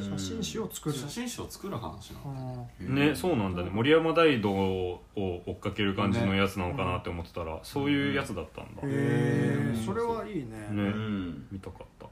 C: 写真集を作る
D: 写真集を作る話な
C: う
D: の
C: ん
A: いねそうなんだね森山大道を追っかける感じのやつなのかなって思ってたらそういうやつだったんだ
C: へ
A: ね
C: えそれはいいね
E: うん
A: 見たかった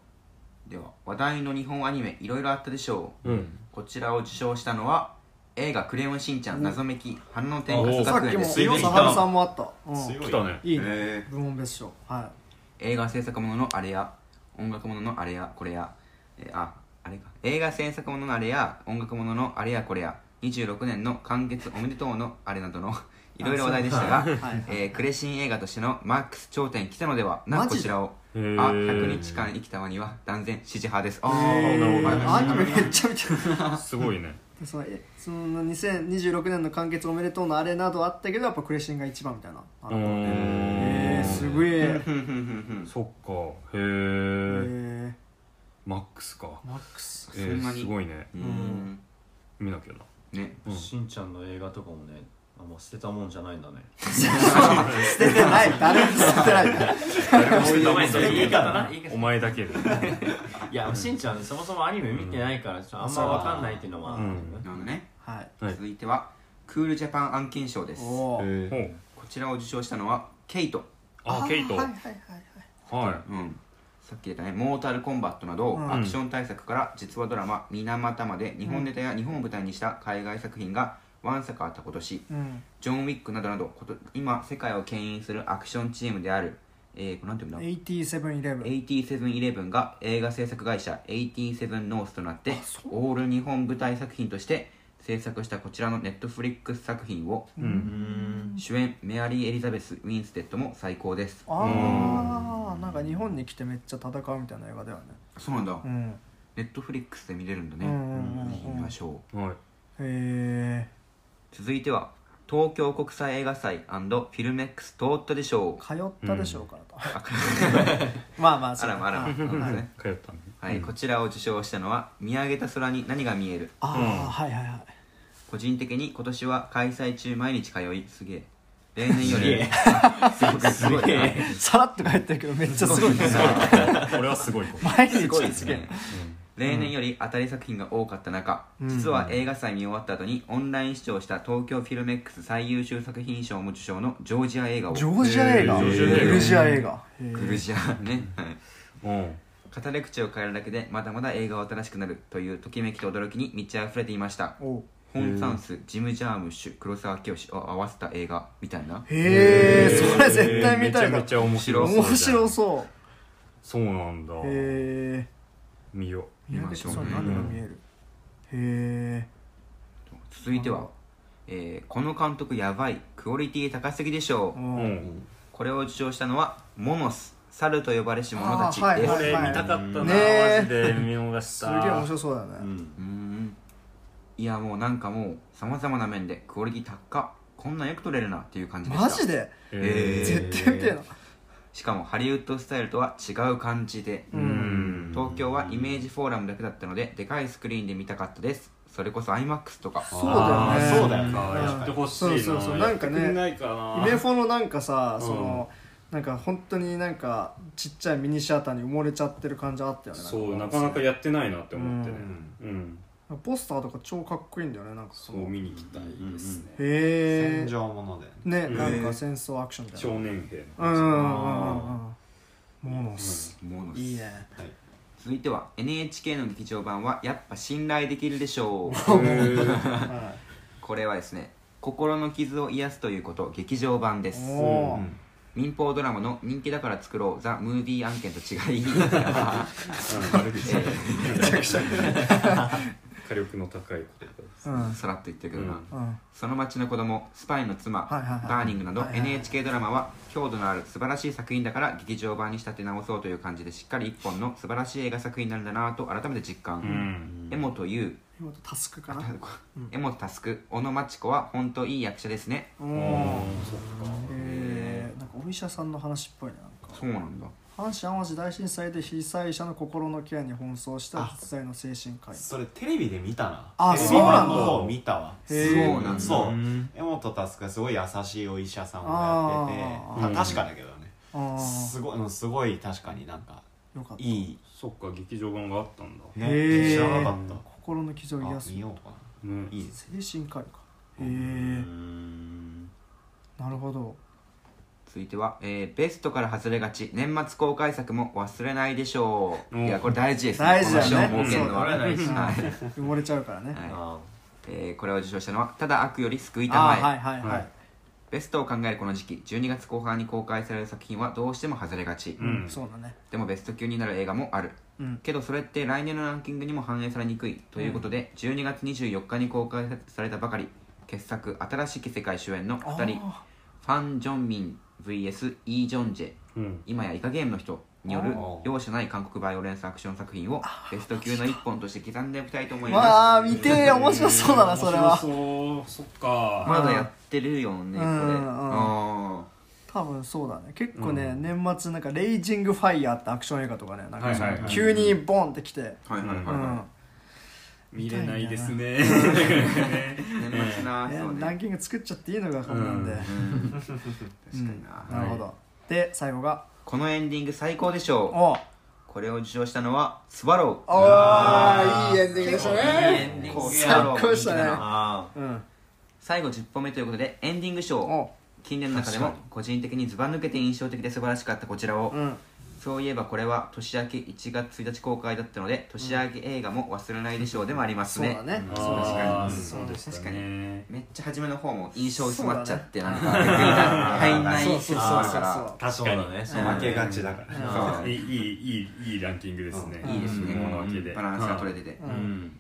B: では話題の日本アニメいろいろあったでしょう
A: うん
B: こちらを受賞したのは映画「クレヨンしんちゃん謎めき花の天
A: お
B: 活
A: ー
C: さ
B: 学
C: っきも
B: 園」です
D: ついでに来
C: さ
D: た
C: はるさんもあったうん
D: 強い
A: 来たね
C: いいね
D: え
C: 部門別賞は
B: 映画制作もののあれや音楽もののあれやこれや、えーああれか映画制作もののあれや音楽もののあれやこれや26年の完結おめでとうのあれなどのいろいろ話題でしたが、
C: はい
B: えークレシン映画としてのマックス頂点来たのではな
C: マ
B: こ
C: ジで
B: ちらをあ
A: へー
B: 100日間生きたワニは断然支持派ですああ
C: い
A: なるほど
C: へえアニメめっちゃ見てる
A: すごいね
C: でそのえその2026年の完結おめでとうのあれなどあったけどやっぱクレシンが一番みたいな
A: う
C: へ
A: ん
C: えすごいへ
A: そっかへえ
C: え
A: マックスか
C: マックス
A: え
B: そんな
A: ー
B: に
A: すごいね
B: うん
A: 見なきゃな
B: ね
A: うん
E: しんちゃんの映画とかもねあもう捨てたもんじゃないん だね
C: 捨ててない誰も捨ててない
A: お前だけで
E: いやしんちゃんそもそもアニメ見てないからちょっとあんま分かんないっていうのもあるんだよね
B: なのでね
C: はい
A: はい
B: 続いてはクールジャパン案件賞です
C: お
B: こ
C: おー
A: ほ
D: え
A: う
B: ちらを受賞したのはケイト
A: あケイト
C: はい
A: は
C: はいはいはい
A: い
B: うん、さっき言ったね「モータルコンバット」など、
C: うん
B: アクション大作から実話ドラマ「水俣」まで日本ネタや日本を舞台にした海外作品がわんさかあった今年
C: うん
B: ジョン・ウィックなどなどこと今世界を牽引するアクションチームである、えー、これなんていうんだ
C: 8711
B: 8711が映画制作会社87ノースとなって
C: あそ
B: オール日本舞台作品として制作したこちらのネットフリックス作品を、主演メアリー・エリザベス・ウィンステッドも最高です
C: ああなんか日本に来てめっちゃ戦うみたいな映画だよね
B: そうなんだ、
C: うん
B: ネットフリックスで見れるんだね、
C: うんうんうんうん
B: ぜひ見ましょう
A: はい
C: へえ
B: 続いては東京国際映画祭フィルメックス通ったでしょう
C: 通ったでしょうからと まあまあ
B: あらまあらまそうですね
A: 通ったね
B: はい、こちらを受賞したのは「見上げた空に何が見える
C: ああはいはいはい」
B: 個人的に今年は開催中毎日通いすげえ例年よ りすごいすごいな
C: さらっと書いてるけどめっちゃすごいね
A: 俺はすごいこと
C: 毎日
B: すごいで
C: つ
B: す
C: ける
B: ね例年より当たり作品が多かった中、実は映画祭見終わった後にオンライン視聴した東京フィルメックス最優秀作品賞も受賞のジョージア映画を
C: ジョージア映画
A: へ
C: グ
A: ージョージア映画
C: ルジア映画へ
B: グルジアね、はい
A: うん
B: 語り口を変えるだけでまだまだ映画は新しくなるというときめきと驚きに満ち溢れていました
C: おう
B: ホン・サンスジム・ジャームッシュ黒沢清を合わせた映画みたいな
C: へえそれ絶対見た
A: めち
C: い
A: ゃ
C: な
A: めちゃ面白そうじゃん
C: 面白そう
A: そうなんだ
C: へえ
A: 見よ
C: 見上げた空に何が見えるへえ
B: 続いてはえーこの監督やばいクオリティ高すぎでしょう
A: う
C: うん
A: ん
B: これを受賞したのはモノス猿と呼ばれし者たちです、
C: あーはい
A: こ
C: はい
A: れ見たかったなマ
C: ねえ
A: ジで見逃し
C: す
A: た
C: げえ面白そうだよね、
A: うん
B: うーんいやもうなんかもうさまざまな面でクオリティ高っこんなんよく撮れるなっていう感じでした
C: マジで、
B: えー
C: 絶対見てえな
B: しかもハリウッドスタイルとは違う感じで、
A: うん
B: 東京はイメージフォーラムだけだったのででかいスクリーンで見たかったですそれこそ IMAX とか
C: そうだ
A: あ
C: よ
A: ー
C: ね
D: そうだよね
A: やってほしいな
C: そうそうそうなんかね
A: やってくないかな
C: イメフォのなんかさ、
A: うん
C: そのなんか本当になんかちっちゃいミニシアターに埋もれちゃってる感じあったよね
A: そうなかなかやってないなって思ってねうん、
C: ポスターとか超かっこいいんだよねなんか
A: そ
C: そうの
A: 見に行きたいですね、
C: へ
D: 戦
C: え
D: 場もので
C: ね
A: うん
C: なんか戦争アクションみたい
A: 少年兵
C: なうんうんうんうんうんモノス
B: もの
C: いいね
B: 続いては NHK の劇場版はやっぱ信頼できるでしょう
C: は
B: これはですね心の傷を癒すということ劇場版で
C: い
B: す
C: おお
D: うん
B: 民放ドラマの「人気だから作ろうザ・ムービー案件」と違 い
C: めちゃくちゃ
A: 火力の高いことです
C: うんうん
B: さらっと言ってるけどな、
A: うん
B: その町の子供スパイの妻、
C: はいはいはい
B: ダーニングなど
C: はいはいはい
B: NHK ドラマは強度のある素晴らしい作品だから劇場版に仕立て直そうという感じでしっかり一本の素晴らしい映画作品になるんだなと改めて実
A: う
B: 感、
A: ん
B: 柄本優
C: 今とタスクかな
B: 柄本佑小野真知子は本当いい役者ですね
C: お
A: うん
C: お
A: そっか
C: へえんかお医者さんの話っぽいねなんか
B: そうなんだ
C: 阪神・淡路大震災で被災者の心のケアに奔走した実在の精神科医
D: それテレビで見たな
C: あ
D: テレビ版
C: そ
D: の
C: うなんだ
D: 方を見たわ
C: へ
B: そう
C: ー
B: なんだ
D: そう
A: うん
D: 柄本佑すごい優しいお医者さんをやって
A: あー
D: てた確かだけどね
C: ああ
D: すごいうんすごい確かになんか
C: よかった
D: いい
A: そっか劇場版があったんだ
C: へえ
D: ね知らなかった
C: 心の傷を癒
D: あ
C: す
D: 見ようか
A: ね
D: ないいです
C: 精神科医かへ
A: う
C: え
A: ん
C: なるほど
B: 続いては、えーベストから外れがち年末公開作も忘れないでしょう、
A: うん
B: いやこれ大事です
C: 大事だ
B: この
C: よね
B: 賞儲けるのは
E: そうだね
C: うん
B: はい
C: 埋もれちゃうからね
B: はい
E: あ
B: えーこれを受賞したのはただ悪より救いたま
C: あ
B: え、
C: あはいはいはい
B: ベストを考えるこの時期12月後半に公開される作品はどうしても外れがち、
A: うん
C: そうだね
B: でもベスト級になる映画もある
C: うん
B: けどそれって来年のランキングにも反映されにくいということで、12月24日に公開されたばかり傑作「新しき世界」主演の2人フ
C: あ
B: ァン・ジョンミン VS イ・ジョンジェ
A: うん
B: 今やイカゲームの人によ
D: あ
B: る
D: ー
B: 容赦ない韓国バイオレンスアクション作品をベスト級の一本として刻んでおきたいと思い
C: ー
B: ま
C: わあ見てえ面白そうだなそれは
A: 面白そうそっ
B: す
A: か
B: まだやってるよねこれ
C: うんうん
B: あ
C: 多分そうだね結構ね年末なんか「レイジング・ファイヤー」ってアクション映画とかねなんかそ
A: はいはいは
C: の
A: い
C: 急にボンってきて
B: ーはいはいはいは
C: う
B: い、
C: ん
A: 見れないですね
B: 年末な、
C: ね
B: そう
C: ラ
B: ね
C: ンキング作っちゃっていいのかこんなんで、
A: うん
B: うん確か
C: うん
B: にな、
C: なるほど、で最後が
B: このエンディング最高でしょ
C: おう
B: うこれを受賞したのはスワロー
C: おーいいエンディングでした
B: いい
C: ね
B: エンディング
C: 最高でしたね
B: スワロー
E: あ
C: うん
B: 最後10本目ということでエンディング賞
C: おう
B: 近年の中でも
A: 確か
B: 個人的にずば抜けて印象的で素晴らしかったこちらを、
C: うん
B: そういえばこれは年明け1月1日公開だったので年明け映画も忘れないでしょうでもあります
C: そう
B: ね
C: だね
A: あー
C: そう
A: そ
B: 確かに
A: うでしたね
B: めっちゃ初めの方も印象薄まっちゃってなんか
C: そうだね
B: 入んない
C: そうそ
B: 印象
C: うそう
B: だ
C: そう
B: か
E: あそうだねそうだ
D: 負
E: ね
D: けがちだから
B: ら
C: そう
B: そう
A: いいいいいいいランキングですね
B: いいですね
A: このわけで
B: バランスが取れてて、
A: うんうん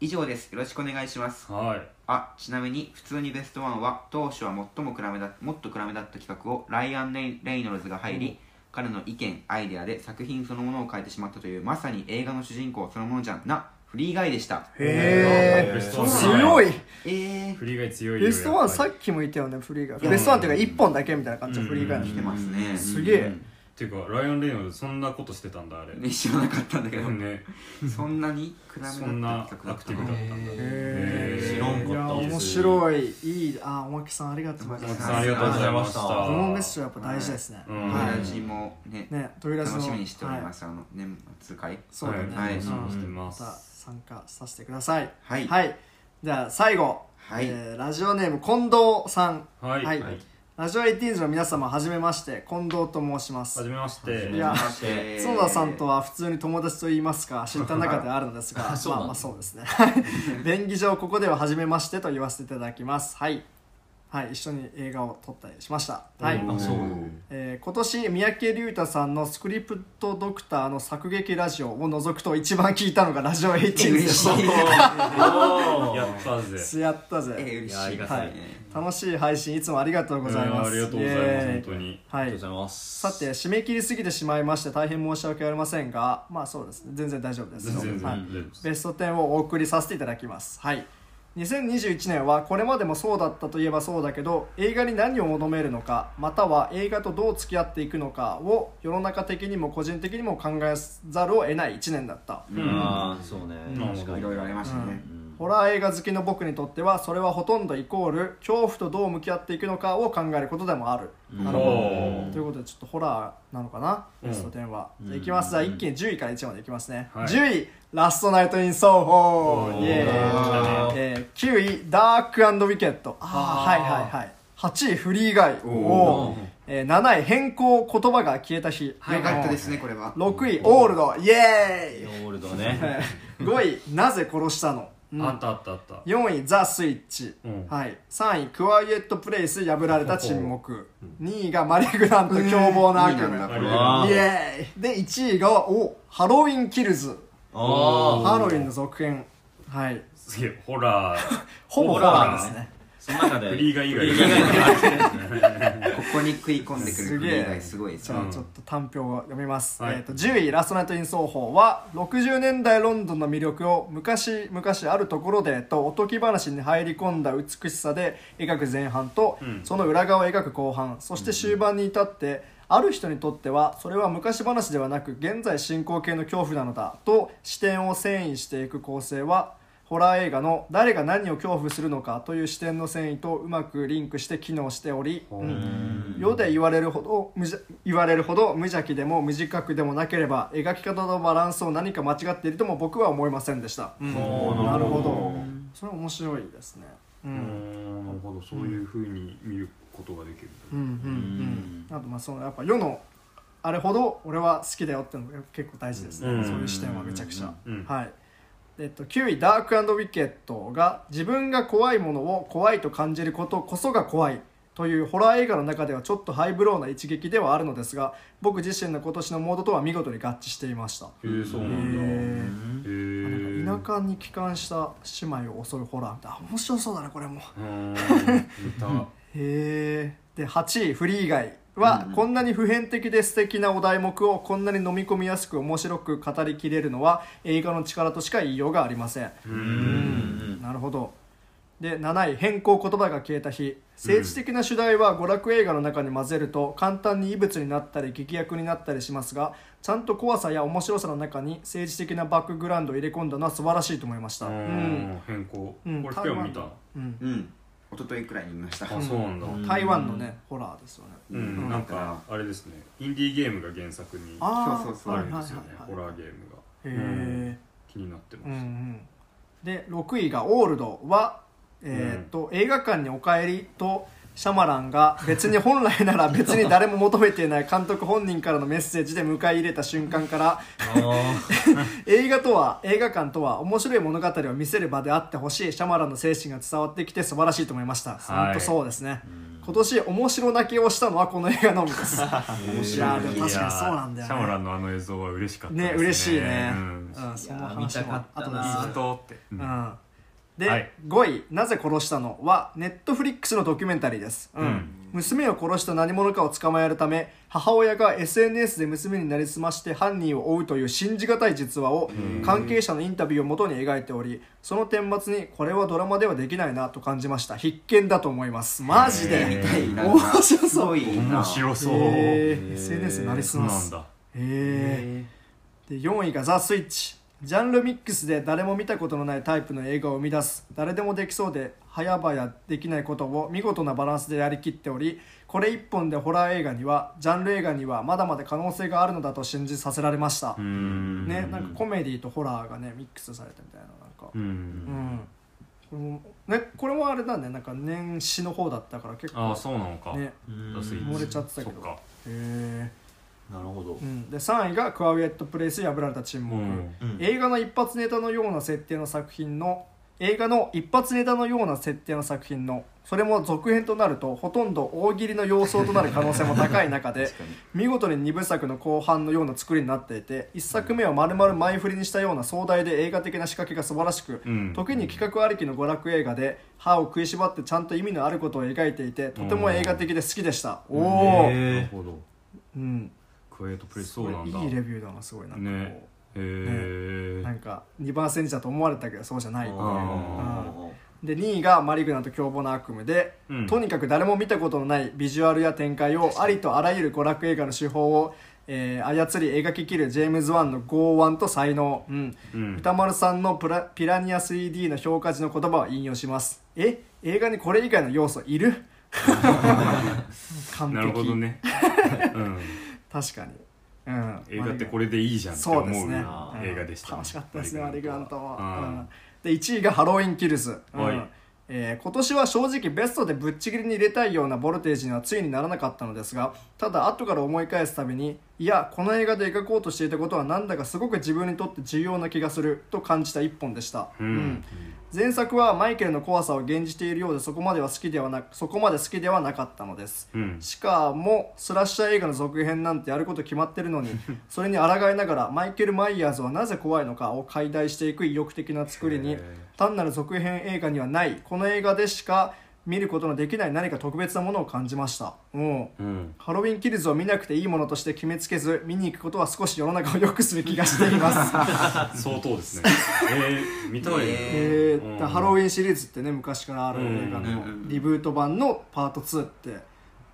B: 以上ですよろしくお願いします
A: はい
B: あちなみに普通にベストワンは当初は最も暗めだもっと暗めだった企画をライアン・レイレイノルズが入り、彼の意見アイデアで作品そのものを変えてしまったというまさに映画の主人公そのものじゃなフリーガイでした
C: へえ
A: そうなんだ
C: 強い
B: えー、
A: フリーが強いよ
C: ベストワンさ
A: やっぱり
C: っきも言ったよねフリーがベストワンっていうか1本だけみたいな感じで
A: うん
C: フリーが
B: 来てますね
C: すげえ
A: っていうかライオン・レイノルズそんなことしてたんだあれ
B: ね知らなかったんだけど、
A: ね
B: そんなに暗
A: そ
B: め
A: ん
B: だ
A: なア
B: った企画だっ
A: クテ
B: た
A: ィブだ
B: の
A: ったんだ
C: へえ
D: 知らんかった
C: いや面白いいいあおまきさんありがとうござい
A: 松木
C: ます
A: さんありがとうございました
E: ありが
C: このメッセージはやっぱ大事ですね
A: うん
B: 友
C: は
B: 達もね
C: いねトイラジの
B: 楽しみにしており
C: は
B: ま
C: い
B: す、あの年末会
C: そうだね
A: はい
C: うん
A: 楽しみにして
C: ま
A: ます
C: た参加させてください
B: はい
C: はいじゃあ最後
B: はい
C: えーラジオネーム近藤さん
A: はい
C: はい
A: はい
C: ラジオエイティーンズの皆様はじめまして近藤と申します
A: はじめまして
C: いや
B: えー
C: 園田さんとは普通に友達と言いますか知った中ではあるのです が まあまあそうですね便宜上ここでは初めましてと言わせていただきますはいはい、一緒に映画を撮ったりしました。はい
A: あそう
C: えー今年三宅龍太さんの「スクリプトドクター」の作劇ラジオを除くと一番聞いたのがラジオ18で
B: 嬉
C: し
B: しい
C: た。
A: おーやったぜ
C: やったぜ、
B: えー嬉しい
D: いやありが
C: たいね楽しい配信いつもありがとうございます
A: ありがとうございます
C: イエー
A: 本
C: イ
A: 当に
E: あ
C: は
E: りがとうご
C: い
E: ざいます
C: さて締め切りすぎてしまいまして大変申し訳ありませんがまあそうですね全然大丈夫です
A: 全然
C: はい
A: 大丈夫です
C: ベスト10をお送りさせていただきますはい2021年はこれまでもそうだったといえばそうだけど映画に何を求めるのかまたは映画とどう付き合っていくのかを世の中的にも個人的にも考えざるを得ない1年だった
E: ああそうね
C: うん
E: 確か
B: い
E: に
B: ろいろありましたね
E: うん
C: ホラー映画好きの僕にとってはそれはほとんどイコール恐怖とどう向き合っていくのかを考えることでもある。なるほ
A: お
C: ど
A: ー
C: ということでちょっとホラーなのかな、
A: うん
C: ベスト10は。
E: うん
C: じゃあいきますじゃあ一気に10位から1位までいきますね。
A: はい
C: 10位ラストナイト・イン・ソーホーイエーイ、
B: お
C: えー9位ダーク・アンド・ウィケットああはいはいはい8位フリーガイお
B: お
C: おー、えー7位変更言葉が消えた日
B: 早かったですねこれは
C: 6位オールドイエ
E: ヨ
C: ーイ
E: ールドね
C: えー5位なぜ殺したの、うん
A: あったあったあった
C: 4位ザ・スイッチ、
A: うん
C: はい、3位クワイエット・プレイス破られた沈黙2位がマリグラント凶暴な悪
B: いい
C: 夢
B: なこれ
A: うん
E: あ
C: イ
E: ー
C: エーイで1位がおハロウィン・キルズ
E: あ
C: ハロウィンの続編はい
A: すげえホラー
C: ほぼホラーですね
E: ーその中で
A: フリーガ以外
E: フリーガ以外
B: ここに食い込んでくる
C: す
B: フ
C: げ
B: リ
C: え
B: ー以外すごいです
C: じゃ
B: ね
C: あちょっと単評を読みます、
A: はい
C: えー、と10位「ラストナイト・イン・奏法」は60年代ロンドンの魅力を昔々あるところでとおとぎ話に入り込んだ美しさで描く前半と、
A: うん
C: その裏側を描く後半そして終盤に至って、ある人にとってはそれは昔話ではなく現在進行形の恐怖なのだと視点を遷移していく構成はホラー映画の誰が何を恐怖するのかという視点の遷移とうまくリンクして機能しており、うん世で言われるほど無邪言われるほど無邪気でも無自覚でもなければ描き方のバランスを何か間違っているとも僕は思いませんでした、なるほどそれ面白いですねう
A: うんんなるほどそういうふうに見ることができる
C: うんうんうんあとまあそのやっぱ世のあれほど俺は好きだよっていうのが結構大事ですね、
A: うん
C: そういう視点はめちゃくちゃ、
A: うん
C: はいえっと、9位ダークウィケットが自分が怖いものを怖いと感じることこそが怖いというホラー映画の中ではちょっとハイブローな一撃ではあるのですが僕自身の今年のモードとは見事に合致していましたへ
A: へえそうなんだへ
C: え
A: え
C: なんか田舎に帰還した姉妹を襲うホラーみたいなあ面白そうだねこれも
A: うん見た
C: へえで8位フリー以外は、こんなに普遍的で素敵なお題目をこんなに飲み込みやすく面白く語りきれるのは映画の力としか言いようがありません
E: うん
C: なるほどで7位変更言葉が消えた日政治的な主題は娯楽映画の中に混ぜると簡単に異物になったり劇薬になったりしますがちゃんと怖さや面白さの中に政治的なバックグラウンドを入れ込んだのは素晴らしいと思いました
A: う
C: うん
A: ん変更
C: うん
A: これペア見た
C: うん
B: うん一昨日くらいに見ました
A: あそうなんだ
E: うん
C: 台湾のねホラーですよね
A: う
B: うん
A: なんかあれですねインディーゲームが原作にあ
C: あー
B: そうそうそう
A: るんですよね
C: は
A: ホ
C: いはいはい
A: ラーゲームが
C: へ
A: うん
C: え
A: 気になってま
C: うんう
A: す
C: ん、で6位が「オールドは」えーっと映画館に「おかえり」とシャマランが別に本来なら別に誰も求めていない監督本人からのメッセージで迎え入れた瞬間から 映画とは映画館とは面白い物語を見せる場であってほしいシャマランの精神が伝わってきて素晴らしいと思いました、
A: はい
C: 本当そうですね今年面白泣きをしたのはこの映画のみです 面白いやでも確かにそうなんだ
A: いやー
C: よね
A: シャマランのあの映像は嬉しかった
C: ね嬉しいね、
A: う
C: うん
A: ん
C: その話も後です
A: いい人って
C: うんで、
A: はい
C: 5位「なぜ殺したの?」はネットフリックスのドキュメンタリーです、うん
A: うん
C: 娘を殺した何者かを捕まえるため母親が SNS で娘になりすまして犯人を追うという信じがたい実話を関係者のインタビューをもとに描いておりその顛末にこれはドラマではできないなと感じました必見だと思いますマジ
B: えー
C: で
B: みたいな
C: 面白そう
B: すごいな
A: 面白そう
C: へー SNS になりす
A: そう
C: ま
A: な
C: す
A: んだ
C: へえで4位が「ザ・スイッチ」ジャンルミックスで誰も見たことのないタイプの映画を生み出す誰でもできそうで早々できないことを見事なバランスでやりきっておりこれ一本でホラー映画にはジャンル映画にはまだまだ可能性があるのだと信じさせられました
A: う、ん
C: ねなんかコメディとホラーがねミックスされたみたいななんか
A: う
C: うんん、これもねこれもあれだねなんか年始の方だったから結
A: あ
C: 構
A: あそうなのか
C: ね
A: ラスイチ
C: 漏れちゃってたけど
A: そっか
C: へえ
E: なるほど
C: うん、で3位が「クワウエット・プレイス破られた沈
A: う
C: 黙」
A: ん
D: うん
C: 映画の一発ネタのような設定の作品の映画の一発ネタのような設定の作品のそれも続編となるとほとんど大喜利の様相となる可能性も高い中 で
B: 確かに
C: 見事に2部作の後半のような作りになっていて1作目を丸々前振りにしたような壮大で映画的な仕掛けが素晴らしく、
A: うん
C: 時に企画ありきの娯楽映画で歯を食いしばってちゃんと意味のあることを描いていてとても映画的で好きでした、お
A: え
C: お、
D: え
A: なるほど
C: うん、
A: クワイエットプレイス
C: こ
A: そうなん
C: れ
A: だ
C: いいレビューだなすごいなんかこう、
A: ねへえ
C: なんか2番戦時だと思われたけどそうじゃない
A: あ
C: で2位が「マリグナと凶暴な悪夢で」
A: うん
C: とにかく誰も見たことのないビジュアルや展開をありとあらゆる娯楽映画の手法を、えー操り描ききるジェームズ・ワンの剛腕と才能、うん
A: うん
C: 歌丸さんのプラ「ピラニア 3D」の評価時の言葉を引用しますえ映画にこれ以外の要素いる 完璧
A: なるほど ねうん
C: 確かに、うん、
A: 映画ってこれでいいじゃんって
C: そうで
A: 思
C: す
A: う
C: ね
A: よ
C: うん
A: 映画でした
C: 楽しかったですね
A: マ
C: マ
A: リ
C: リ
A: グ
C: グ
A: ナ
C: ラ
A: ン
C: ン
A: ト
C: ト
A: は
C: は、うん、で1位がハロウィンキルズ、うん
A: はい
C: えー今年は正直ベストでぶっちぎりに入れたいようなボルテージにはついにならなかったのですがただ後から思い返すたびにいやこの映画で描こうとしていたことはなんだかすごく自分にとって重要な気がすると感じた一本でした、
A: うん
C: 前作はマイケルの怖さを現じているようでそこまでは好きではなそこまで好きではなかったのです
A: うん
C: しかもスラッシャー映画の続編なんてやること決まってるの にそれに抗いながらマイケル・マイヤーズはなぜ怖いのかを解体していく意欲的な作り
A: へ
C: に
A: ー
C: 単なる続編映画にはないこの映画でしか見ることのできない何か特別なものを感じましたうん
A: うん
C: ハロウィンキルズを見なくていいものとして決めつけず見に行くことは少し世の中を良くする気がしています
A: 相当ですね えー見たいね
C: えー
A: うん
C: だからハロウィンシリーズってね昔からある映画
B: うんうんうん
C: のリブート版のパート2って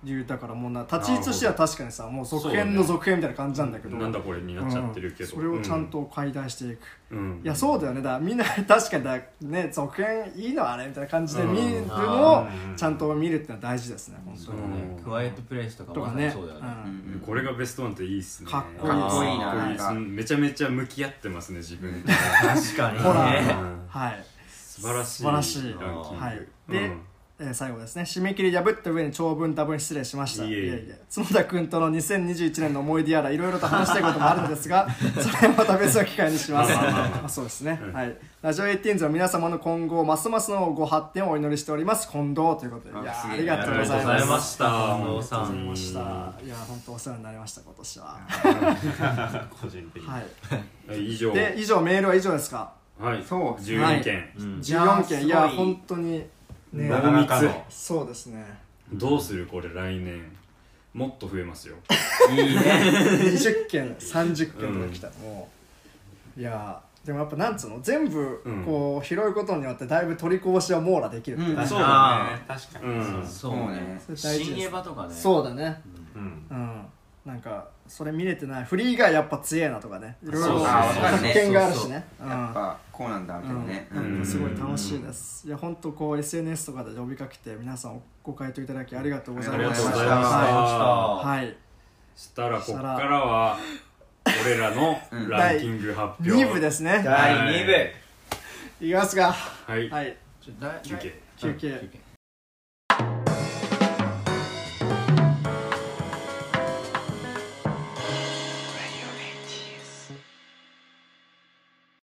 C: 理由だからもうな立ち位置としては確かにさもう続編の続編みたいな感じなんだけど
A: なんだこれになっちゃってるけど
C: それをちゃんと解体していく、
A: うん
C: いやそうだよねだからみんな確かにだね続編いいのあれみたいな感じで見るのを
A: うん
C: ちゃんと見るってのは大事ですね本当
E: そう
C: に
E: だね
A: うん
E: クワイエットプレイスとか
C: と
E: ま
C: か
E: さに
C: ね
E: そうだよね
C: うん
B: うん
A: これがベストワンっていいっすね
C: かっこいい
B: かっこいいな
A: かっこ
B: なんか
A: そのめちゃめちゃ向き合ってますね自分と
E: 確かに
C: ほら
E: ね
A: うん
C: はい
A: 素晴らしい
C: 素晴らしい
A: ランキング
C: はい
A: うん
C: でえー最後ですね締め切り破った上に長文多分失礼しました
A: いえいえ
C: 角田君との2021年の思い出やらいろいろと話したいこともあるんです がそれはまた別の機会にします
A: まあまあまあ
C: まあそうですね、はいラジオ18の皆様の今後ますますのご発展をお祈りしております近藤ということでいや
B: あ
C: ーあ
B: す
C: り
B: げえ
C: がとうござい
A: ありがとうござ
C: ま
A: い
C: す
A: ました
E: 近藤さ
C: ありがとうござい
E: ん
C: ましたいやー本当お世話になりました今年は
D: 個人的
C: はい
A: はい以上
C: で以上メールは以上ですか
A: はい
B: そう
A: 12件
D: うん
C: 14件いや
B: す
C: ー
B: ごい
C: 本当にね
D: なかなかの
C: そうですね
A: どうするこれ来年もっと増えますよ
E: いいね
C: 20件30件とか来た、もういやーでもやっぱなんつうの全部
A: うん
C: こう拾うことによってだいぶ取りこぼしは網羅できるっていうね、
B: うん
D: そうだね確かに、
A: うん
E: そう
B: そ
E: ね
B: うね
C: それ大事です
E: 新エヴァとかね
C: そうだね
D: うん
C: うんなんかそれ見れてないフリーがやっぱ強えなとかねいろい
A: そう
C: ろ
A: そう
C: 発見があるしねう
B: やっ
C: ん
B: ぱこうなんだみたいなね
C: う
A: うん
C: ん、すごい楽しいです。いや、本当こう S. N. S. とかで呼びかけて、皆さんご回答いただきありがとうございました。
A: ありがとうございました
C: はいはい、
A: したらこっからは俺らの
B: うん
A: ランキング発表
C: 二部ですね。
A: はい
D: 第2
C: いきますか。
A: はい
C: はい、
E: ちょだい
A: 休憩
C: 休憩
E: うん